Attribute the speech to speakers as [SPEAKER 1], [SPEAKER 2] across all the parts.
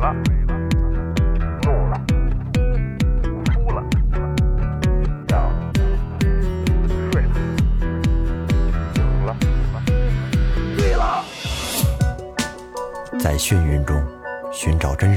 [SPEAKER 1] 了，怒了，哭了，笑了，睡了，醒了，醉了。
[SPEAKER 2] 在眩晕中寻找真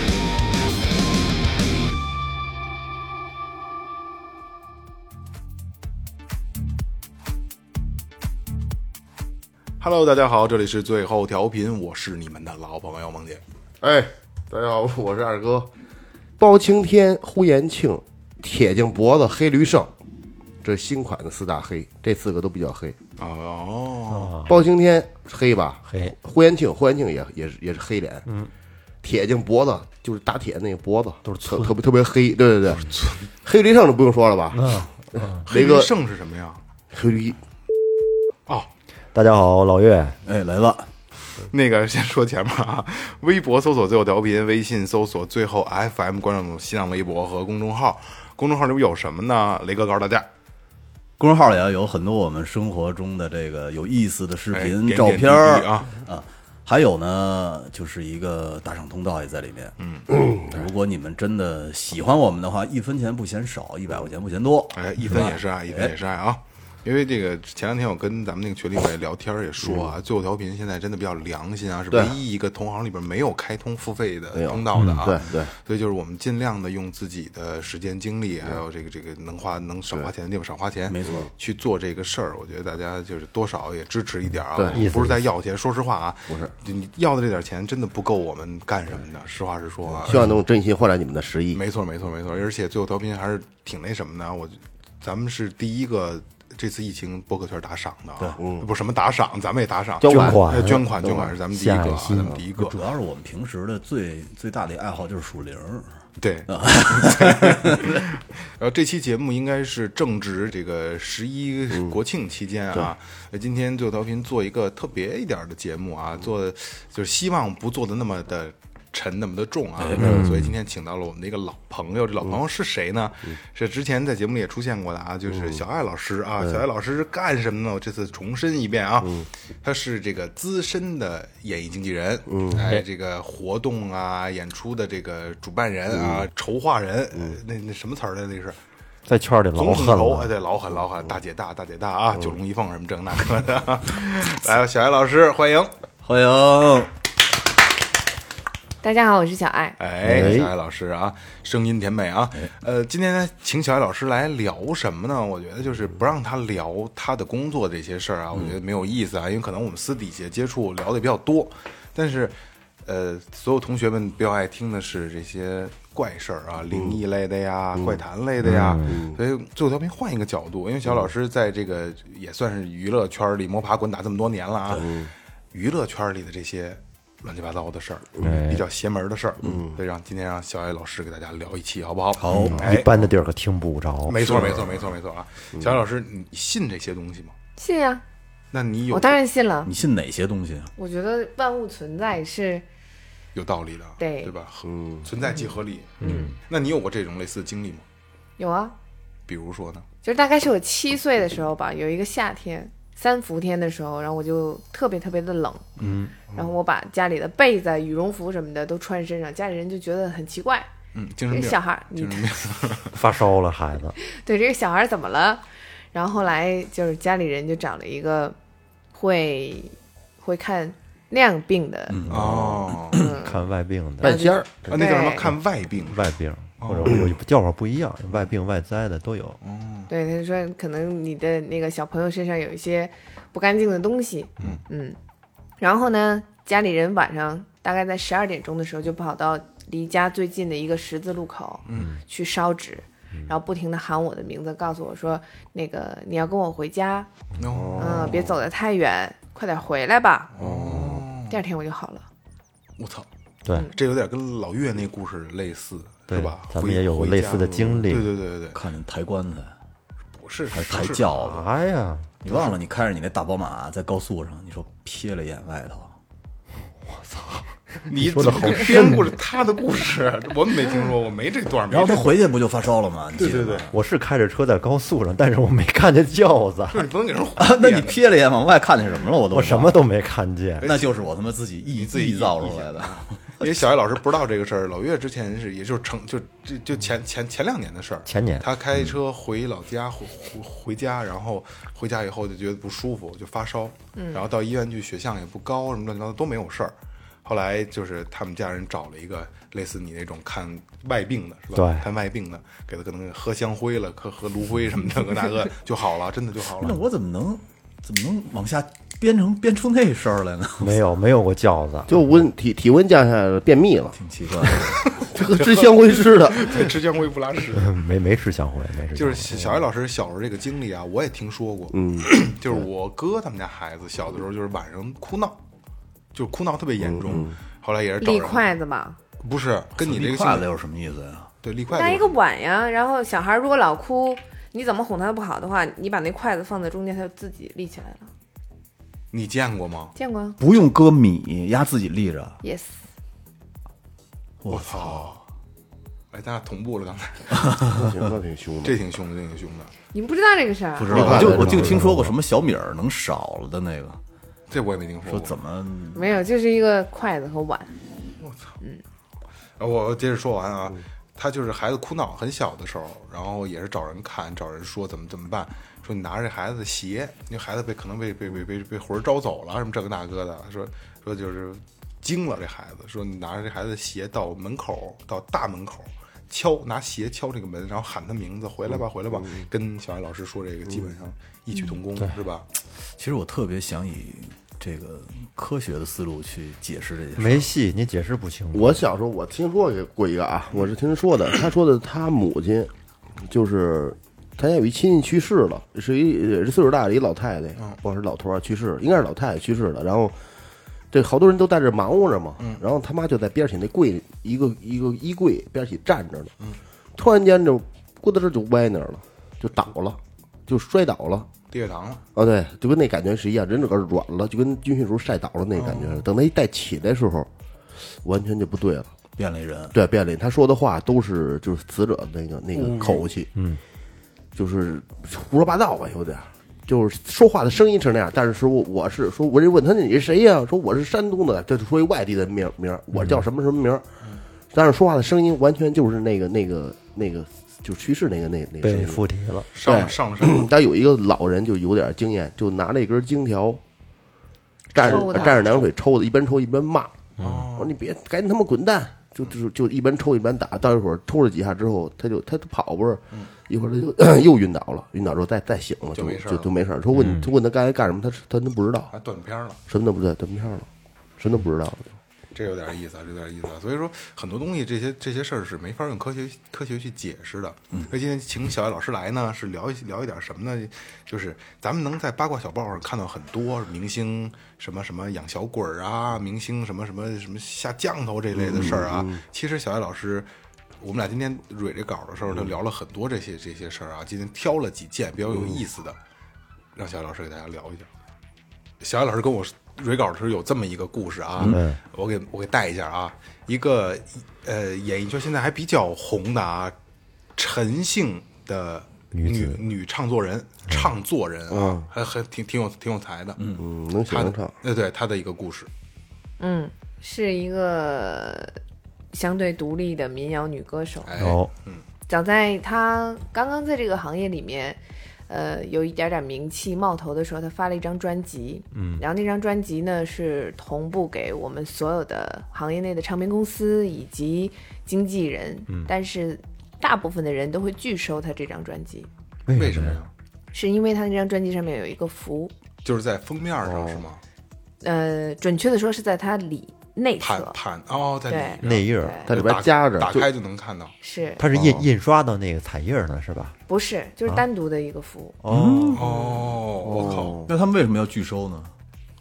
[SPEAKER 3] Hello，大家好，这里是最后调频，我是你们的老朋友梦姐。
[SPEAKER 4] 哎，大家好，我是二哥。包青天、呼延庆、铁镜脖子、黑驴胜，这新款的四大黑，这四个都比较黑。
[SPEAKER 3] 哦，
[SPEAKER 4] 包青天啊黑吧，
[SPEAKER 2] 黑
[SPEAKER 4] 呼延庆，呼延庆也也是也是黑脸。嗯，铁镜脖子就是打铁那个脖子，都是特特别特别黑。对对对，黑驴胜就不用说了吧？
[SPEAKER 3] 黑
[SPEAKER 4] 雷
[SPEAKER 3] 哥
[SPEAKER 4] 哥
[SPEAKER 3] 胜是什么呀？
[SPEAKER 4] 黑驴
[SPEAKER 3] 哦，
[SPEAKER 5] 大家好，老岳，
[SPEAKER 6] 哎，来了，
[SPEAKER 3] 那个先说前面啊，微博搜索最后调频，微信搜索最后 FM，关注我们新浪微博和公众号。公众号里边有什么呢？雷哥告诉大家，
[SPEAKER 6] 公众号里啊有很多我们生活中的这个有意思的视
[SPEAKER 3] 哎
[SPEAKER 6] 频、
[SPEAKER 3] 点
[SPEAKER 6] 照
[SPEAKER 3] 点滴滴
[SPEAKER 6] 片儿
[SPEAKER 3] 啊，
[SPEAKER 6] 啊，还有呢，就是一个大赏通道也在里面。嗯，如果你们真的喜欢我们的话，一分钱不嫌少，一百块钱不嫌多。
[SPEAKER 3] 哎，一分也是爱，一分也是爱啊。因为这个前两天我跟咱们那个群里边聊天儿也说啊，最后调频现在真的比较良心啊，是唯一一个同行里边没有开通付费的通道的啊。
[SPEAKER 4] 对对，
[SPEAKER 3] 所以就是我们尽量的用自己的时间、精力，还有这个这个能花能少花钱的地方少花钱，
[SPEAKER 6] 没错，
[SPEAKER 3] 去做这个事儿。我觉得大家就是多少也支持一点啊，
[SPEAKER 4] 对
[SPEAKER 3] 我们不是在要钱。说实话啊，不是你要的这点钱真的不够我们干什么的，实话实说啊。
[SPEAKER 4] 希望能真心换来你们的实意。
[SPEAKER 3] 没错，没错，没错。而且最后调频还是挺那什么的，我咱们是第一个这次疫情播客圈打赏的啊，不是什么打赏，咱们也打赏，
[SPEAKER 4] 捐款
[SPEAKER 3] 哎捐款，捐款是咱们第一个啊，
[SPEAKER 2] 下一期
[SPEAKER 3] 咱们第一个，
[SPEAKER 6] 主要是我们平时的最最大的爱好就是数零儿，
[SPEAKER 3] 对。对 然后这期节目应该是正值这个十一国庆期间啊，呃今天最后调频做一个特别一点儿的节目啊，做就是希望不做的那么的。沉那么的重啊，所以今天请到了我们的一个老朋友，这老朋友是谁呢？是之前在节目里也出现过的啊，就是小艾老师啊。小艾老师是干什么呢？我这次重申一遍啊，他是这个资深的演艺经纪人，哎，这个活动啊、演出的这个主办人啊、筹划人，呃那那什么词儿来着？那是
[SPEAKER 5] 在圈儿里老
[SPEAKER 3] 总
[SPEAKER 5] 狠
[SPEAKER 3] 统筹，哎，
[SPEAKER 5] 了，
[SPEAKER 3] 对，老狠老狠，大姐大大姐大啊，九龙一凤什么这个那个的。 来，小艾老师，欢迎。
[SPEAKER 6] 欢迎。
[SPEAKER 7] 大家好，我是小爱。
[SPEAKER 3] 哎，小艾老师啊，声音甜美啊。呃，今天请小艾老师来聊什么呢？我觉得就是不让他聊他的工作这些事儿啊，我觉得没有意思啊，因为可能我们私底下接触聊的比较多，但是呃，所有同学们比较爱听的是这些。怪事儿啊，灵异类的呀，怪谈类的呀，所以最后调频换一个角度，因为小老师在这个也算是娱乐圈里摸爬滚打这么多年了啊，娱乐圈里的这些乱七八糟的事儿，
[SPEAKER 5] 哎
[SPEAKER 3] 比较邪门的事儿，嗯，所以让今天让小艾老师给大家聊一期，好不好？好，
[SPEAKER 5] 一
[SPEAKER 3] 哎，
[SPEAKER 5] 般的地儿可听不着。
[SPEAKER 3] 没错，没错，没错，没错啊！小艾老师，你信这些东西吗？
[SPEAKER 7] 信呀、
[SPEAKER 3] 那你有
[SPEAKER 7] 我当然信了。
[SPEAKER 6] 你信哪些东西啊？
[SPEAKER 7] 我觉得万物存在是
[SPEAKER 3] 有道理的，
[SPEAKER 7] 对
[SPEAKER 3] 对吧？嗯，存在即合理。嗯，那你有过这种类似的经历吗？
[SPEAKER 7] 有啊，
[SPEAKER 3] 比如说呢？
[SPEAKER 7] 就是大概是我七岁的时候吧，有一个夏天三伏天的时候，然后我就特别特别的冷，嗯，然后我把家里的被子、羽绒服什么的都穿身上，家里人就觉得很奇怪，
[SPEAKER 3] 嗯，精神
[SPEAKER 7] 这个
[SPEAKER 3] 病，
[SPEAKER 7] 小孩儿，你
[SPEAKER 3] 精神病，
[SPEAKER 5] 发烧了，孩子，
[SPEAKER 7] 对这个小孩儿怎么了？然后后来就是家里人就找了一个会会看那样病的，
[SPEAKER 3] 哦，
[SPEAKER 5] 看外病的，
[SPEAKER 4] 半仙儿，
[SPEAKER 3] 啊那叫什么？
[SPEAKER 7] 嗯对
[SPEAKER 3] 看外病，
[SPEAKER 5] 外病或者有叫法不一样，外病外灾的都有。
[SPEAKER 7] 对，他就说可能你的那个小朋友身上有一些不干净的东西，嗯然后呢，家里人晚上大概在十二点钟的时候就跑到离家最近的一个十字路口，嗯，去烧纸，
[SPEAKER 3] 嗯
[SPEAKER 7] 然后不停的喊我的名字，告诉我说那个你要跟我回家，
[SPEAKER 3] 哦，
[SPEAKER 7] 嗯，别走得太远，快点回来吧。
[SPEAKER 3] 哦
[SPEAKER 7] 第二天我就好了，
[SPEAKER 3] 我操，
[SPEAKER 5] 对，
[SPEAKER 3] 这有点跟老岳那故事类似，
[SPEAKER 5] 对
[SPEAKER 3] 是吧？
[SPEAKER 5] 咱们
[SPEAKER 3] 回
[SPEAKER 5] 也有
[SPEAKER 3] 回
[SPEAKER 5] 类
[SPEAKER 3] 家
[SPEAKER 5] 似的
[SPEAKER 3] 路
[SPEAKER 5] 经历
[SPEAKER 3] 对对对对对，
[SPEAKER 6] 看见抬棺材，
[SPEAKER 3] 不是
[SPEAKER 6] 抬抬
[SPEAKER 3] 是啊
[SPEAKER 6] 轿子。
[SPEAKER 5] 哎呀，
[SPEAKER 6] 你忘了你开着你那大宝马在高速上，你说瞥了一眼外头，
[SPEAKER 3] 你
[SPEAKER 5] 说得好
[SPEAKER 3] 这编故事他的故事，我们没听说过，没这段儿。没
[SPEAKER 6] 然后他
[SPEAKER 3] 这
[SPEAKER 6] 哎回去不就发烧了吗？你记
[SPEAKER 3] 对
[SPEAKER 6] 得
[SPEAKER 3] 对
[SPEAKER 6] 吗
[SPEAKER 3] 对，
[SPEAKER 5] 我是开着车在高速上，但是我没看见轿子，
[SPEAKER 3] 就是你不能给人胡
[SPEAKER 6] 啊，那你
[SPEAKER 3] 编
[SPEAKER 6] 瞥了一眼往外看见什么了？我都
[SPEAKER 5] 我什
[SPEAKER 6] 忘
[SPEAKER 5] 么
[SPEAKER 6] 了，
[SPEAKER 5] 都没看见。
[SPEAKER 6] 那就是我他妈自己臆
[SPEAKER 3] 自己
[SPEAKER 6] 臆造出来的。
[SPEAKER 3] 因为小岳老师不知道这个事儿，老岳之前是也就是成就就就前前前两年的事儿，
[SPEAKER 5] 前年
[SPEAKER 3] 他
[SPEAKER 6] 嗯
[SPEAKER 3] 开车回老家回回回家，然后回家以后就觉得不舒服，就发烧，然后到医院去血象也不高，什么乱七八糟都没有事儿。后来就是他们家人找了一个类似你那种看外病的，是吧？
[SPEAKER 5] 对
[SPEAKER 3] 看外病的，给他可能喝香灰了，喝喝芦灰什么的，搁那个就好了，真的就好
[SPEAKER 6] 那
[SPEAKER 3] 了。
[SPEAKER 6] 我怎么能怎么能往下编成编出那事儿来呢？
[SPEAKER 5] 没有没有过轿子，
[SPEAKER 4] 就温体体温降下来了，便秘 了，
[SPEAKER 6] 挺奇怪的，
[SPEAKER 4] 这和吃香灰似的。
[SPEAKER 3] 对，吃香灰不拉屎。
[SPEAKER 5] 嗯没没吃香灰，没吃香灰。
[SPEAKER 3] 就是小小艾老师小时候这个经历啊，我也听说过。嗯，就是我哥他们家孩子小的时候，就是晚上哭闹，就是哭闹特别严重。后来也是找
[SPEAKER 7] 立
[SPEAKER 3] 人，
[SPEAKER 7] 筷子吧，
[SPEAKER 3] 不是跟你这个性
[SPEAKER 6] 筷
[SPEAKER 3] 格
[SPEAKER 6] 子有什么意思呀？
[SPEAKER 3] 对立
[SPEAKER 7] 拿
[SPEAKER 3] 筷
[SPEAKER 7] 一
[SPEAKER 3] 子
[SPEAKER 7] 个，碗呀，然后小孩如果老哭，你怎么哄他不好的话，你把那筷子放在中间，他就自己立起来了。
[SPEAKER 3] 你见过吗？
[SPEAKER 7] 见过
[SPEAKER 6] 不用搁米，鸭自己立着。
[SPEAKER 7] ？Yes，
[SPEAKER 3] 我操！哎，咱俩同步了，刚才
[SPEAKER 4] 那挺凶的
[SPEAKER 3] 这，挺凶的，这挺凶的。
[SPEAKER 7] 你们不知道这个事儿啊？
[SPEAKER 6] 不知道，我就我就听说过什么小米儿能少了的那个，
[SPEAKER 3] 这我也没听说
[SPEAKER 6] 说
[SPEAKER 3] 过。
[SPEAKER 6] 怎么
[SPEAKER 7] 没有，就是一个筷子和碗。
[SPEAKER 3] 然后我接着说完啊，他就是孩子哭闹很小的时候，然后也是找人看，找人说怎么怎么办，说你拿着这孩子的鞋，因为孩子被可能被被被被被魂儿招走了，什么这个那个的，说说就是惊了这孩子，说你拿着这孩子的鞋到门口，到大门口。敲拿鞋敲这个门，然后喊他名字，回来吧，回来吧，跟小艾老师说这个基本上异曲同工，是吧？
[SPEAKER 6] 其实我特别想以这个科学的思路去解释这件事。
[SPEAKER 5] 没戏，你解释不清楚。
[SPEAKER 4] 我小时候我听说过一个啊，我是听说的，他说的他母亲就是他家有一亲戚去世了，是一也是岁数大的一老太太，不知道是老头儿啊去世，应该是老太太去世了，然后。这好多人都在这忙活着嘛，然后他妈就在边儿起那柜一个一个衣柜边儿起站着呢，突然间就咕噔就歪那儿了，就倒了，就摔倒了，
[SPEAKER 3] 地月堂了，
[SPEAKER 4] 啊，对，就跟那感觉是一样，人整个软了，就跟军训时候晒倒了那个感觉似的。等他一再起来的时候，完全就不对了。
[SPEAKER 6] 变了一人，
[SPEAKER 4] 对，变脸，他说的话都是就是死者那个那个口气，嗯，就是胡说八道吧，有点儿，就是说话的声音是那样，但是说我是说，我人问他你是谁呀、说我是山东的，这就说一外地的名儿名儿，我叫什么什么名儿，但是说话的声音完全就是那个那个那个就去世那个那那个声
[SPEAKER 5] 被
[SPEAKER 4] 音
[SPEAKER 5] 附体了，
[SPEAKER 3] 上
[SPEAKER 4] 对
[SPEAKER 3] 上身了，
[SPEAKER 4] 但有一个老人就有点经验，就拿了一根金条，蘸
[SPEAKER 7] 抽
[SPEAKER 4] 着
[SPEAKER 7] 他
[SPEAKER 4] 蘸着凉水抽的，一边抽一边骂：“
[SPEAKER 3] 嗯
[SPEAKER 4] 我说你别，赶紧他妈滚蛋！”就就就一边抽一边打，到一会儿抽了几下之后，他就他就跑不是，一会儿他就 又晕倒了，晕倒之后再再醒了，
[SPEAKER 3] 嗯就
[SPEAKER 4] 就
[SPEAKER 3] 没事
[SPEAKER 4] 就
[SPEAKER 3] 了嗯
[SPEAKER 4] 就没事儿。说问就问他刚才干什么，他是他都不知道，
[SPEAKER 3] 还断片儿了。
[SPEAKER 4] 什么都不知道，断片了，什么都不知道了。
[SPEAKER 3] 这有点意思啊，这有点意思啊。所以说，很多东西这些这些事儿是没法用科学科学去解释的。嗯，所以今天请小艾老师来呢，是聊一聊一点什么呢？就是咱们能在八卦小报上看到很多明星什么什么养小鬼儿啊，明星什么什么什么下降头这类的事儿啊。其实小艾老师。我们俩今天蕊这稿的时候，就聊了很多这些这些事儿啊。今天挑了几件比较有意思的，让小艾老师给大家聊一下。小艾老师跟我蕊稿的时候有这么一个故事啊，我给我给带一下啊，一个呃演艺圈现在还比较红的啊，陈姓的女女唱作人，唱作人啊，还还挺挺有挺有才的，嗯，
[SPEAKER 4] 嗯，能写
[SPEAKER 3] 她
[SPEAKER 4] 能
[SPEAKER 3] 的
[SPEAKER 4] 唱，
[SPEAKER 3] 对对她的一个故事，
[SPEAKER 7] 嗯，是一个相对独立的民谣女歌手。
[SPEAKER 3] 哎，
[SPEAKER 5] 然后
[SPEAKER 7] 早在她刚刚在这个行业里面，呃，有一点点名气冒头的时候，她发了一张专辑。嗯，然后那张专辑呢是同步给我们所有的行业内的唱片公司以及经纪人，嗯、但是大部分的人都会拒收她这张专辑，
[SPEAKER 3] 为什么呀？
[SPEAKER 7] 是因为她那张专辑上面有一个符，
[SPEAKER 3] 就是在封面上是吗？
[SPEAKER 7] 呃，准确的说是在她里内
[SPEAKER 3] 盘
[SPEAKER 7] 侧，
[SPEAKER 3] 盘哦，在
[SPEAKER 7] 对
[SPEAKER 3] 里
[SPEAKER 5] 内页儿，
[SPEAKER 4] 它里
[SPEAKER 3] 边
[SPEAKER 4] 边夹着，
[SPEAKER 3] 打
[SPEAKER 4] 就
[SPEAKER 3] 开就能看到，
[SPEAKER 7] 是
[SPEAKER 5] 它是
[SPEAKER 6] 哦
[SPEAKER 5] 印印刷到那个彩页儿呢，是吧？
[SPEAKER 7] 不是就是单独的一个符？
[SPEAKER 5] 哦，
[SPEAKER 3] 哦，我靠，
[SPEAKER 6] 那他们为什么要拒收呢？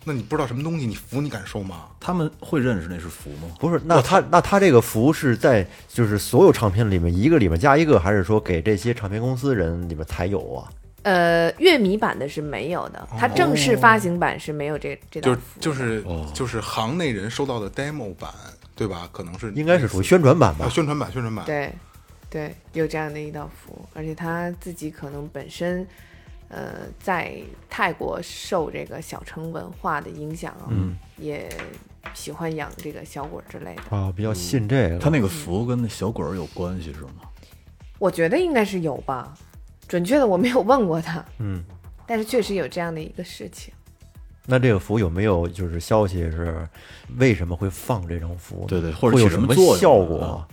[SPEAKER 3] 那你不知道什么东西，你服你敢收吗？
[SPEAKER 6] 他们会认识那是符吗？
[SPEAKER 5] 不是，那它那它这个符是在就是所有唱片里面一个里面加一个，还是说给这些唱片公司人里面才有啊？
[SPEAKER 7] 呃，乐迷版的是没有的，它正式发行版是没有这这
[SPEAKER 3] 哦就
[SPEAKER 7] 档
[SPEAKER 3] 是就是就是行内人收到的 demo 版，对吧？可能是
[SPEAKER 5] 应该是属于宣传版
[SPEAKER 3] 啊
[SPEAKER 6] 哦
[SPEAKER 5] 吧？
[SPEAKER 3] 宣传版，宣传版。
[SPEAKER 7] 对，对，有这样的一道服务，而且他自己可能本身，呃，在泰国受这个小城文化的影响啊，
[SPEAKER 3] 嗯
[SPEAKER 7] 也喜欢养这个小果之类的。
[SPEAKER 5] 啊，比较信这个。
[SPEAKER 6] 他那个符跟那小鬼儿有关系是吗？
[SPEAKER 7] 我觉得应该是有吧，准确的我没有问过他，
[SPEAKER 5] 嗯，
[SPEAKER 7] 但是确实有这样的一个事情。
[SPEAKER 5] 那这个符有没有就是消息是为什么会放这张符呢？
[SPEAKER 6] 对对或
[SPEAKER 5] 会
[SPEAKER 6] 者
[SPEAKER 5] 有什
[SPEAKER 6] 起什么
[SPEAKER 5] 么
[SPEAKER 6] 作用
[SPEAKER 5] 效
[SPEAKER 6] 啊
[SPEAKER 5] 果？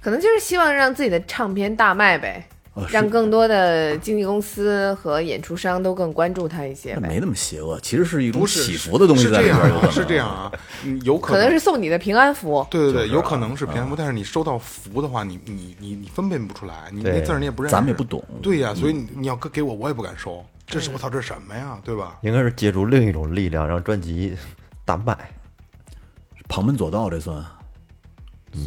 [SPEAKER 7] 可能就是希望让自己的唱片大卖呗，
[SPEAKER 6] 啊，是
[SPEAKER 7] 让更多的经纪公司和演出商都更关注他一些
[SPEAKER 6] 那
[SPEAKER 7] 呗。
[SPEAKER 6] 没那么邪恶，其实是一种
[SPEAKER 3] 不是
[SPEAKER 6] 起伏的东西
[SPEAKER 3] 是
[SPEAKER 6] 在
[SPEAKER 3] 这
[SPEAKER 6] 里边
[SPEAKER 3] 样
[SPEAKER 6] 儿，有可
[SPEAKER 3] 啊，
[SPEAKER 6] 能
[SPEAKER 3] 是这样啊，嗯有
[SPEAKER 7] 可能是送你的平安符，
[SPEAKER 3] 对对对，有可能是平安符，但是你收到符的话，你你你你分辨不出来，你那
[SPEAKER 5] 对
[SPEAKER 3] 字儿你也不认识，
[SPEAKER 6] 咱们也不懂
[SPEAKER 3] 对呀，所以你你要给给我，我也不敢收，这是我操，这是什么呀？对吧？
[SPEAKER 5] 应该是借助另一种力量让专辑 大卖，
[SPEAKER 6] 旁门左道，这算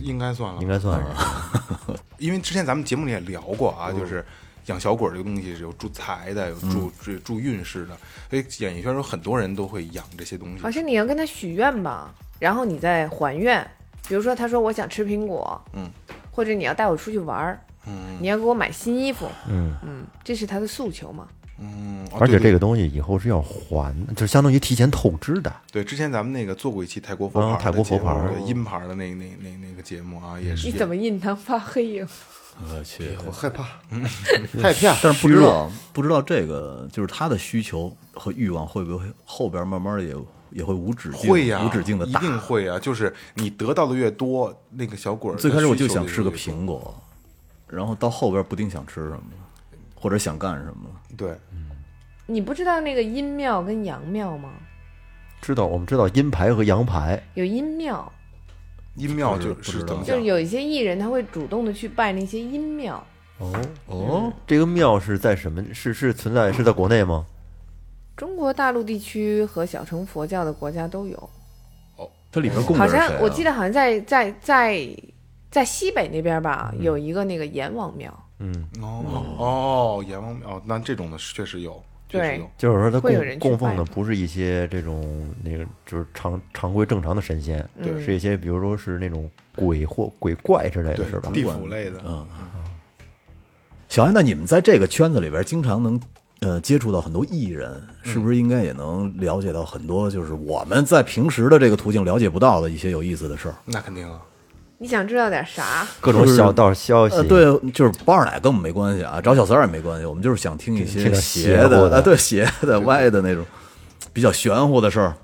[SPEAKER 3] 应该算了
[SPEAKER 5] 应，该算是。
[SPEAKER 3] 因为之前咱们节目里也聊过啊，就是养小鬼儿这个东西是有助财的，有助助助运势的，所以演艺圈有很多人都会养这些东西
[SPEAKER 7] 好。像你要跟他许愿吧，然后你再还愿。比如说，他说我想吃苹果，
[SPEAKER 3] 嗯，
[SPEAKER 7] 或者你要带我出去玩儿，
[SPEAKER 3] 嗯，
[SPEAKER 7] 你要给我买新衣服，
[SPEAKER 5] 嗯
[SPEAKER 7] 嗯，这是他的诉求嘛？
[SPEAKER 3] 嗯，哦
[SPEAKER 5] 而且
[SPEAKER 3] 对
[SPEAKER 5] 这个东西以后是要还的，就相当于提前透支的。
[SPEAKER 3] 对，之前咱们那个做过一期泰国佛牌
[SPEAKER 5] 啊
[SPEAKER 3] 儿的节目、
[SPEAKER 5] 泰国佛牌儿
[SPEAKER 3] 对阴牌儿的那那那那个节目啊，也是
[SPEAKER 7] 你
[SPEAKER 3] 也
[SPEAKER 7] 怎么印堂发黑影？
[SPEAKER 6] 我
[SPEAKER 3] 哎
[SPEAKER 6] 去，
[SPEAKER 4] 我害怕，
[SPEAKER 3] 嗯
[SPEAKER 4] 害怕，
[SPEAKER 6] 但是不知道不知道这个就是他的需求和欲望会不会后边慢慢地也也会无止境
[SPEAKER 3] 会呀、
[SPEAKER 6] 无止境的
[SPEAKER 3] 一
[SPEAKER 6] 大。
[SPEAKER 3] 定会啊！就是你得到的越多，那个小鬼儿
[SPEAKER 6] 最开始我就想
[SPEAKER 3] 吃
[SPEAKER 6] 吃个，苹果，然后到后边不定想吃什么，或者想干什么。
[SPEAKER 3] 对，
[SPEAKER 7] 你不知道那个阴庙跟阳庙吗？
[SPEAKER 5] 知道我们知道阴牌和阳牌，
[SPEAKER 7] 有阴庙，
[SPEAKER 3] 阴庙就
[SPEAKER 6] 不知
[SPEAKER 3] 是
[SPEAKER 6] 道
[SPEAKER 3] 怎么
[SPEAKER 7] 就
[SPEAKER 3] 讲
[SPEAKER 7] 是？有一些艺人他会主动的去拜那些阴庙，
[SPEAKER 5] 哦，这个庙是在什么？是是存在是在国内 吗？
[SPEAKER 7] 中国大陆地区和小乘佛教的国家都有。
[SPEAKER 6] 它里面供
[SPEAKER 7] 好
[SPEAKER 6] 的是谁、啊
[SPEAKER 7] 像？我记得好像在在在在西北那边吧，
[SPEAKER 6] 嗯
[SPEAKER 7] 有一个那个阎王庙。
[SPEAKER 3] 哦哦，阎王庙，那这种的确实有，确实
[SPEAKER 7] 对
[SPEAKER 3] 有。
[SPEAKER 5] 就是说它
[SPEAKER 7] 会有人
[SPEAKER 5] 供供
[SPEAKER 7] 去
[SPEAKER 5] 奉
[SPEAKER 7] 拜
[SPEAKER 5] 的
[SPEAKER 7] 吗
[SPEAKER 5] 不是一些这种那个就是常常规正常的神仙，
[SPEAKER 7] 嗯
[SPEAKER 3] 对
[SPEAKER 5] 是一些比如说是那种鬼或鬼怪之类的，
[SPEAKER 3] 对
[SPEAKER 5] 是吧？
[SPEAKER 3] 地府类的，
[SPEAKER 6] 小安，那你们在这个圈子里边经常能呃接触到很多艺人，是不是
[SPEAKER 5] 嗯
[SPEAKER 6] 应该也能了解到很多就是我们在平时的这个途径了解不到的一些有意思的事儿？
[SPEAKER 3] 那肯定啊。
[SPEAKER 7] 你想知道点啥？
[SPEAKER 5] 各种小道消息，
[SPEAKER 6] 呃，，对，就是包二奶跟我们没关系啊，找小三儿也没关系，我们就是想听一
[SPEAKER 5] 听
[SPEAKER 6] 些
[SPEAKER 5] 点
[SPEAKER 6] 邪
[SPEAKER 5] 邪乎
[SPEAKER 6] 的，
[SPEAKER 5] 的
[SPEAKER 6] 啊，对，邪的、歪的那种，比较玄乎的事儿。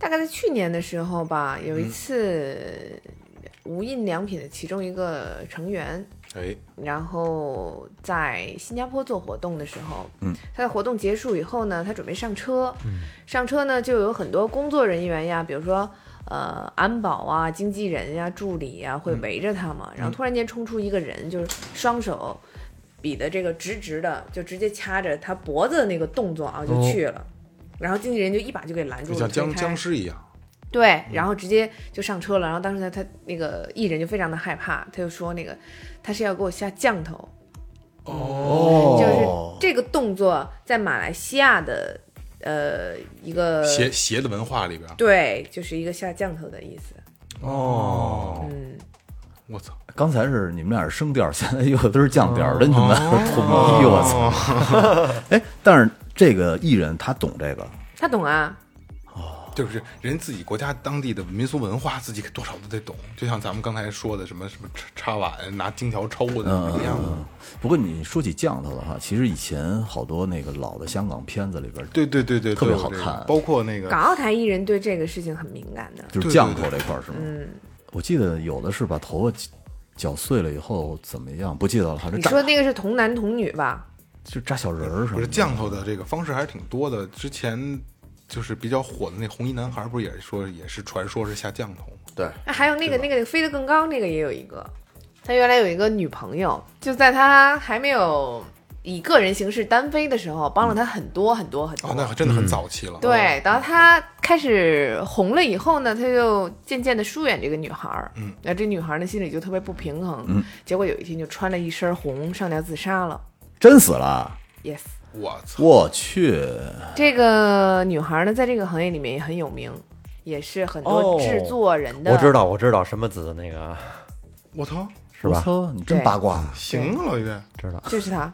[SPEAKER 7] 大概在去年的时候吧，有一次无印良品的其中一个成员，
[SPEAKER 3] 哎，
[SPEAKER 7] 然后在新加坡做活动的时候，嗯，他的活动结束以后呢，他准备上车，嗯，上车呢就有很多工作人员呀，比如说呃安保啊、经纪人呀、助理呀
[SPEAKER 3] 嗯
[SPEAKER 7] 会围着他嘛，然后突然间冲出一个人，就是双手比的这个直直的，就直接掐着他脖子的那个动作啊就去了，然后经纪人就一把就给拦住
[SPEAKER 3] 哦就
[SPEAKER 7] 了，
[SPEAKER 3] 像
[SPEAKER 7] 推
[SPEAKER 3] 僵
[SPEAKER 7] 开
[SPEAKER 3] 僵尸一样，
[SPEAKER 7] 对，然后直接就上车了。然后当时他他那个艺人就非常的害怕，他就说那个他是要给我下降头，
[SPEAKER 6] 哦
[SPEAKER 7] 就是这个动作在马来西亚的呃一个
[SPEAKER 3] 邪邪的文化里边。
[SPEAKER 7] 对，就是一个下降头的意思。
[SPEAKER 3] 哦，
[SPEAKER 7] 嗯，
[SPEAKER 3] 我操！
[SPEAKER 6] 刚才是你们俩是升调， 现在又都是降调的，你们 统
[SPEAKER 3] 哎
[SPEAKER 6] 一，我操！！ 哎，但是这个艺人他懂这个，
[SPEAKER 7] 他懂啊，
[SPEAKER 3] 就是人自己国家当地的民俗文化，自己多少都得懂。就像咱们刚才说的，什么什么插插碗、拿金条抽
[SPEAKER 5] 嗯
[SPEAKER 3] 的一样的。
[SPEAKER 6] 嗯不过你说起降头的话，其实以前好多那个老的香港片子里边，
[SPEAKER 3] 对对对对，
[SPEAKER 6] 特别
[SPEAKER 3] 都有
[SPEAKER 6] 好
[SPEAKER 3] 这个
[SPEAKER 6] 看
[SPEAKER 3] 包括那个
[SPEAKER 7] 港澳台艺人对这个事情很敏感的。
[SPEAKER 6] 就是降头这块儿是吗？
[SPEAKER 7] 嗯
[SPEAKER 6] 我记得有的是把头发绞碎了以后怎么样，不记得了，好像
[SPEAKER 7] 你
[SPEAKER 6] 扎
[SPEAKER 7] 说那个是童男童女吧？
[SPEAKER 6] 就扎小人儿什
[SPEAKER 3] 不
[SPEAKER 6] 么
[SPEAKER 3] 是
[SPEAKER 6] 的。
[SPEAKER 3] 降头的这个方式还是挺多的。之前就是比较火的那红衣男孩，不是也是说也是传说是下降头吗？
[SPEAKER 4] 对，
[SPEAKER 7] 哎，还有那个那个飞得更高那个也有一个，他原来有一个女朋友，就在他还没有以个人形式单飞的时候，帮了他很多很多很多。
[SPEAKER 3] 哦，那真的
[SPEAKER 5] 嗯
[SPEAKER 3] 很哦早期了。
[SPEAKER 7] 对，然后他开始红了以后呢，他就渐渐的疏远这个女孩儿。嗯，那这女孩儿呢心里就特别不平衡。嗯，结果有一天就穿了一身红上吊自杀了。
[SPEAKER 6] 真死了，
[SPEAKER 7] Yes，
[SPEAKER 3] 我操！
[SPEAKER 6] 我去，
[SPEAKER 7] 这个女孩呢，在这个行业里面也很有名，也是很
[SPEAKER 6] 哦
[SPEAKER 7] 多制作人的。
[SPEAKER 5] 我知道，我知道什么子那个
[SPEAKER 3] 我操！
[SPEAKER 5] 是
[SPEAKER 6] 我
[SPEAKER 5] 吧？
[SPEAKER 6] 操，你真
[SPEAKER 7] 对
[SPEAKER 6] 八卦，
[SPEAKER 3] 行啊，老岳，
[SPEAKER 5] 知道，
[SPEAKER 7] 就是她。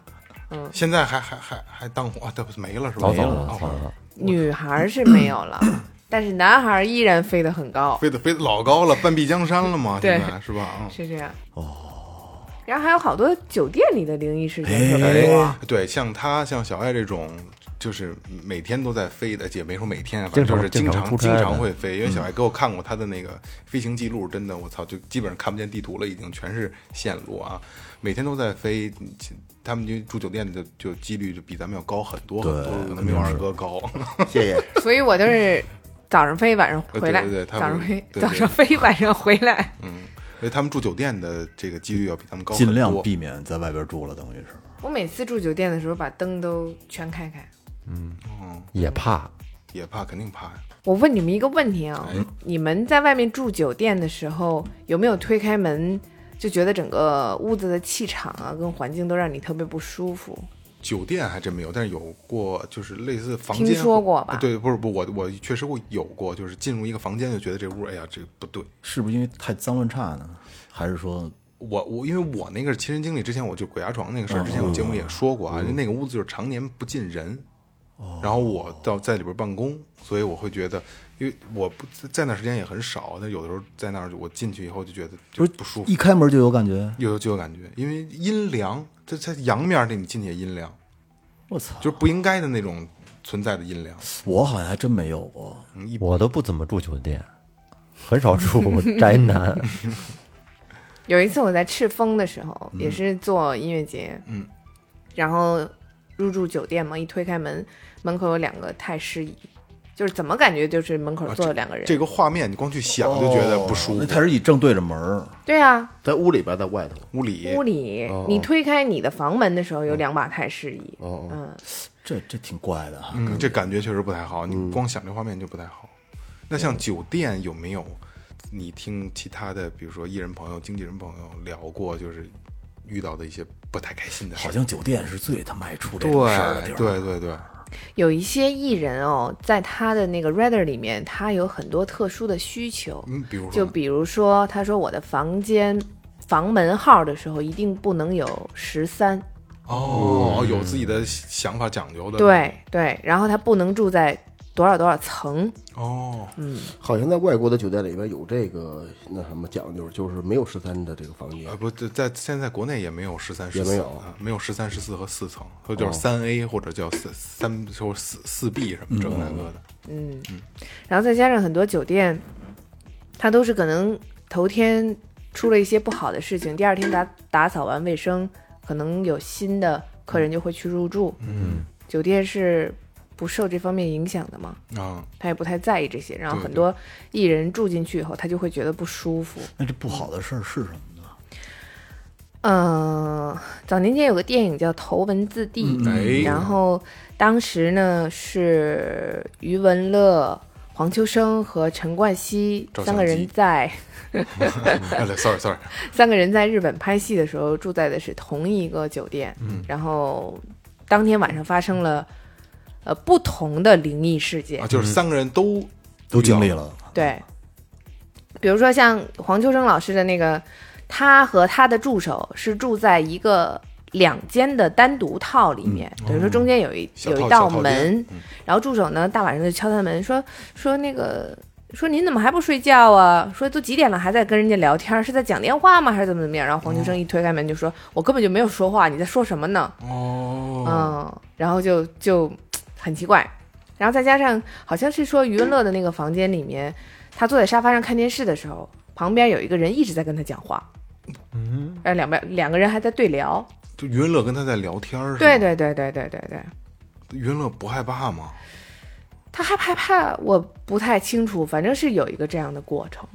[SPEAKER 3] 现在还还还还当红啊？对，不是没了是吧？
[SPEAKER 5] 早
[SPEAKER 3] 没
[SPEAKER 5] 走了，早走
[SPEAKER 3] 哦
[SPEAKER 5] 了。
[SPEAKER 7] 女孩是没有 了，但是男孩依然飞得很高，
[SPEAKER 3] 飞得飞得老高了，半壁江山了嘛？
[SPEAKER 7] 对
[SPEAKER 3] 现在是吧？嗯。
[SPEAKER 7] 是这样。哦。然后还有好多酒店里的灵异事
[SPEAKER 3] 哎
[SPEAKER 7] 件特
[SPEAKER 5] 哎
[SPEAKER 7] 别多，
[SPEAKER 3] 对，像她像小爱这种，就是每天都在飞的，也没说每天啊，反
[SPEAKER 5] 经
[SPEAKER 3] 正
[SPEAKER 5] 常
[SPEAKER 3] 就是经
[SPEAKER 5] 经常出差
[SPEAKER 3] 经
[SPEAKER 5] 的
[SPEAKER 3] 常会飞。因为小爱给我看过她的那个飞行记录，真的我操，就基本上看不见地图了，已经全是线路啊，每天都在飞。他们就住酒店的就几率就比咱们要高很多很多，可能没有二哥高。
[SPEAKER 4] 谢谢。
[SPEAKER 7] 所以我都是早上飞，晚上回来
[SPEAKER 3] 对对对，他
[SPEAKER 7] 早
[SPEAKER 3] 们
[SPEAKER 7] 上飞，
[SPEAKER 3] 对对嗯
[SPEAKER 7] 早上飞，晚上回来。
[SPEAKER 3] 因为他们住酒店的这个几率要比咱们高很
[SPEAKER 6] 尽
[SPEAKER 3] 多。
[SPEAKER 6] 量避免在外边住了，等于是。
[SPEAKER 7] 我每次住酒店的时候，把灯都全开开。
[SPEAKER 5] 也怕
[SPEAKER 3] 也怕，肯定怕呀。
[SPEAKER 7] 我问你们一个问题啊，
[SPEAKER 3] 哎
[SPEAKER 7] 你们在外面住酒店的时候，有没有推开门就觉得整个屋子的气场啊，跟环境都让你特别不舒服？
[SPEAKER 3] 酒店还真没有，但是有过，就是类似房间。呃
[SPEAKER 7] 听说过吧
[SPEAKER 3] 对，不是不，我我确实会有过，就是进入一个房间就觉得这屋，哎呀，这不对。
[SPEAKER 6] 是不是因为太脏乱差呢？还是说
[SPEAKER 3] 我我因为我那个是亲身经历，之前我就鬼压床那个事儿，之前我节目也说过啊，那个屋子就是常年不进人，然后我到在里边办公，所以我会觉得，因为我不在那时间也很少，但有的时候在那儿我进去以后就觉得就不舒服。
[SPEAKER 6] 一开门就有感觉？
[SPEAKER 3] 有就有感觉，因为阴凉，这它阳面儿那你进去也阴凉，
[SPEAKER 6] 我操！
[SPEAKER 3] 就是不应该的那种存在的阴凉。
[SPEAKER 6] 我好像还真没有过。
[SPEAKER 3] 嗯
[SPEAKER 5] 我都不怎么住酒店，很少 住宅男。
[SPEAKER 7] 有一次我在赤峰的时候，也是做音乐节，
[SPEAKER 3] 嗯，
[SPEAKER 7] 然后入住酒店嘛，一推开门，门口有两个太师椅，就是怎么感觉就是门口坐了两个人。
[SPEAKER 3] 啊这个画面你光去想就觉得不舒
[SPEAKER 6] 哦那
[SPEAKER 3] 服。
[SPEAKER 6] 太师椅正对着门儿，
[SPEAKER 7] 对啊，
[SPEAKER 4] 在屋里边，在外头。
[SPEAKER 3] 屋里
[SPEAKER 7] 屋里
[SPEAKER 3] 哦
[SPEAKER 7] 你推开你的房门的时候，有两把太师椅，嗯，
[SPEAKER 6] 这这挺怪的啊。
[SPEAKER 3] 嗯，这感觉确实不太好，
[SPEAKER 6] 嗯
[SPEAKER 3] 你光想这画面就不太好。那像酒店有没有？你听其他的，比如说艺人朋友、经纪人朋友聊过，就是遇到的一些不太开心的事
[SPEAKER 6] 好
[SPEAKER 3] 儿。
[SPEAKER 6] 像酒店是最他妈爱出这
[SPEAKER 3] 对
[SPEAKER 6] 种事儿的地儿。
[SPEAKER 3] 对对对，
[SPEAKER 7] 有一些艺人哦，在他的那个 Rather 里面，他有很多特殊的需求，
[SPEAKER 3] 嗯，比如
[SPEAKER 7] 就
[SPEAKER 3] 说
[SPEAKER 7] 比如说，他说我的房间房门号的时候一定不能有十三，
[SPEAKER 6] 嗯
[SPEAKER 3] 哦，有自己的想法讲究的，
[SPEAKER 7] 对对，然后他不能住在多少多少层，
[SPEAKER 3] 哦，
[SPEAKER 7] 嗯
[SPEAKER 4] 好像在外国的酒店里边有这个那什么讲究，就是没有十三的这个房间
[SPEAKER 3] 呃，，不，这在现在国内也没有十三、十
[SPEAKER 4] 也
[SPEAKER 3] 四，
[SPEAKER 4] 没有
[SPEAKER 3] 啊没有十三、十四和四层，都
[SPEAKER 6] 哦
[SPEAKER 3] 叫三 A 或者叫三三或四四 B 什
[SPEAKER 6] 嗯
[SPEAKER 3] 么这个那个的。
[SPEAKER 7] 然后再加上很多酒店，它都是可能头天出了一些不好的事情，第二天打打扫完卫生，可能有新的客人就会去入住，嗯，酒店是不受这方面影响的嘛，
[SPEAKER 3] 啊，
[SPEAKER 7] 他也不太在意这些，然后
[SPEAKER 3] 对
[SPEAKER 7] 很
[SPEAKER 3] 对
[SPEAKER 7] 多艺人住进去以后，他就会觉得不舒服。
[SPEAKER 6] 那这不好的事儿是什么呢？
[SPEAKER 7] 嗯，早年间有个电影叫《头文字 D
[SPEAKER 3] 嗯》，哎
[SPEAKER 7] 然后当时呢是余文乐、黄秋生和陈冠希
[SPEAKER 3] 照
[SPEAKER 7] 三个
[SPEAKER 3] 相
[SPEAKER 7] 人
[SPEAKER 3] 机
[SPEAKER 7] 在
[SPEAKER 3] 哎对，sorry sorry，
[SPEAKER 7] 三个人在日本拍戏的时候住在的是同一个酒店，嗯、然后当天晚上发生了呃不同的灵异事件
[SPEAKER 3] 啊，，就是三个人都
[SPEAKER 6] 都经历了，
[SPEAKER 3] 啊
[SPEAKER 7] 对，比如说像黄秋生老师的那个，他和他的助手是住在一个两间的单独套里面，等于说中间有一、
[SPEAKER 3] 嗯小
[SPEAKER 7] 有
[SPEAKER 3] 套
[SPEAKER 7] 一道
[SPEAKER 3] 小套间嗯
[SPEAKER 7] 门，然后助手呢大晚上就敲他门说说那个。说您怎么还不睡觉啊？说都几点了还在跟人家聊天，是在讲电话吗？还是怎么怎么样？然后黄秋
[SPEAKER 3] 嗯
[SPEAKER 7] 生一推开门就说：“我根本就没有说话，你在说什么呢？”
[SPEAKER 3] 哦，
[SPEAKER 7] 嗯，然后就就很奇怪，然后再加上好像是说余文乐的那个房间里面，他坐在沙发上看电视的时候，旁边有一个人一直在跟他讲话，嗯，呃，两边两个人还在对聊，
[SPEAKER 3] 就余文乐跟他在聊天儿，
[SPEAKER 7] 对，对对对对对对，
[SPEAKER 3] 余文乐不害怕吗？
[SPEAKER 7] 他害不害怕我不太清楚，反正是有一个这样的过程，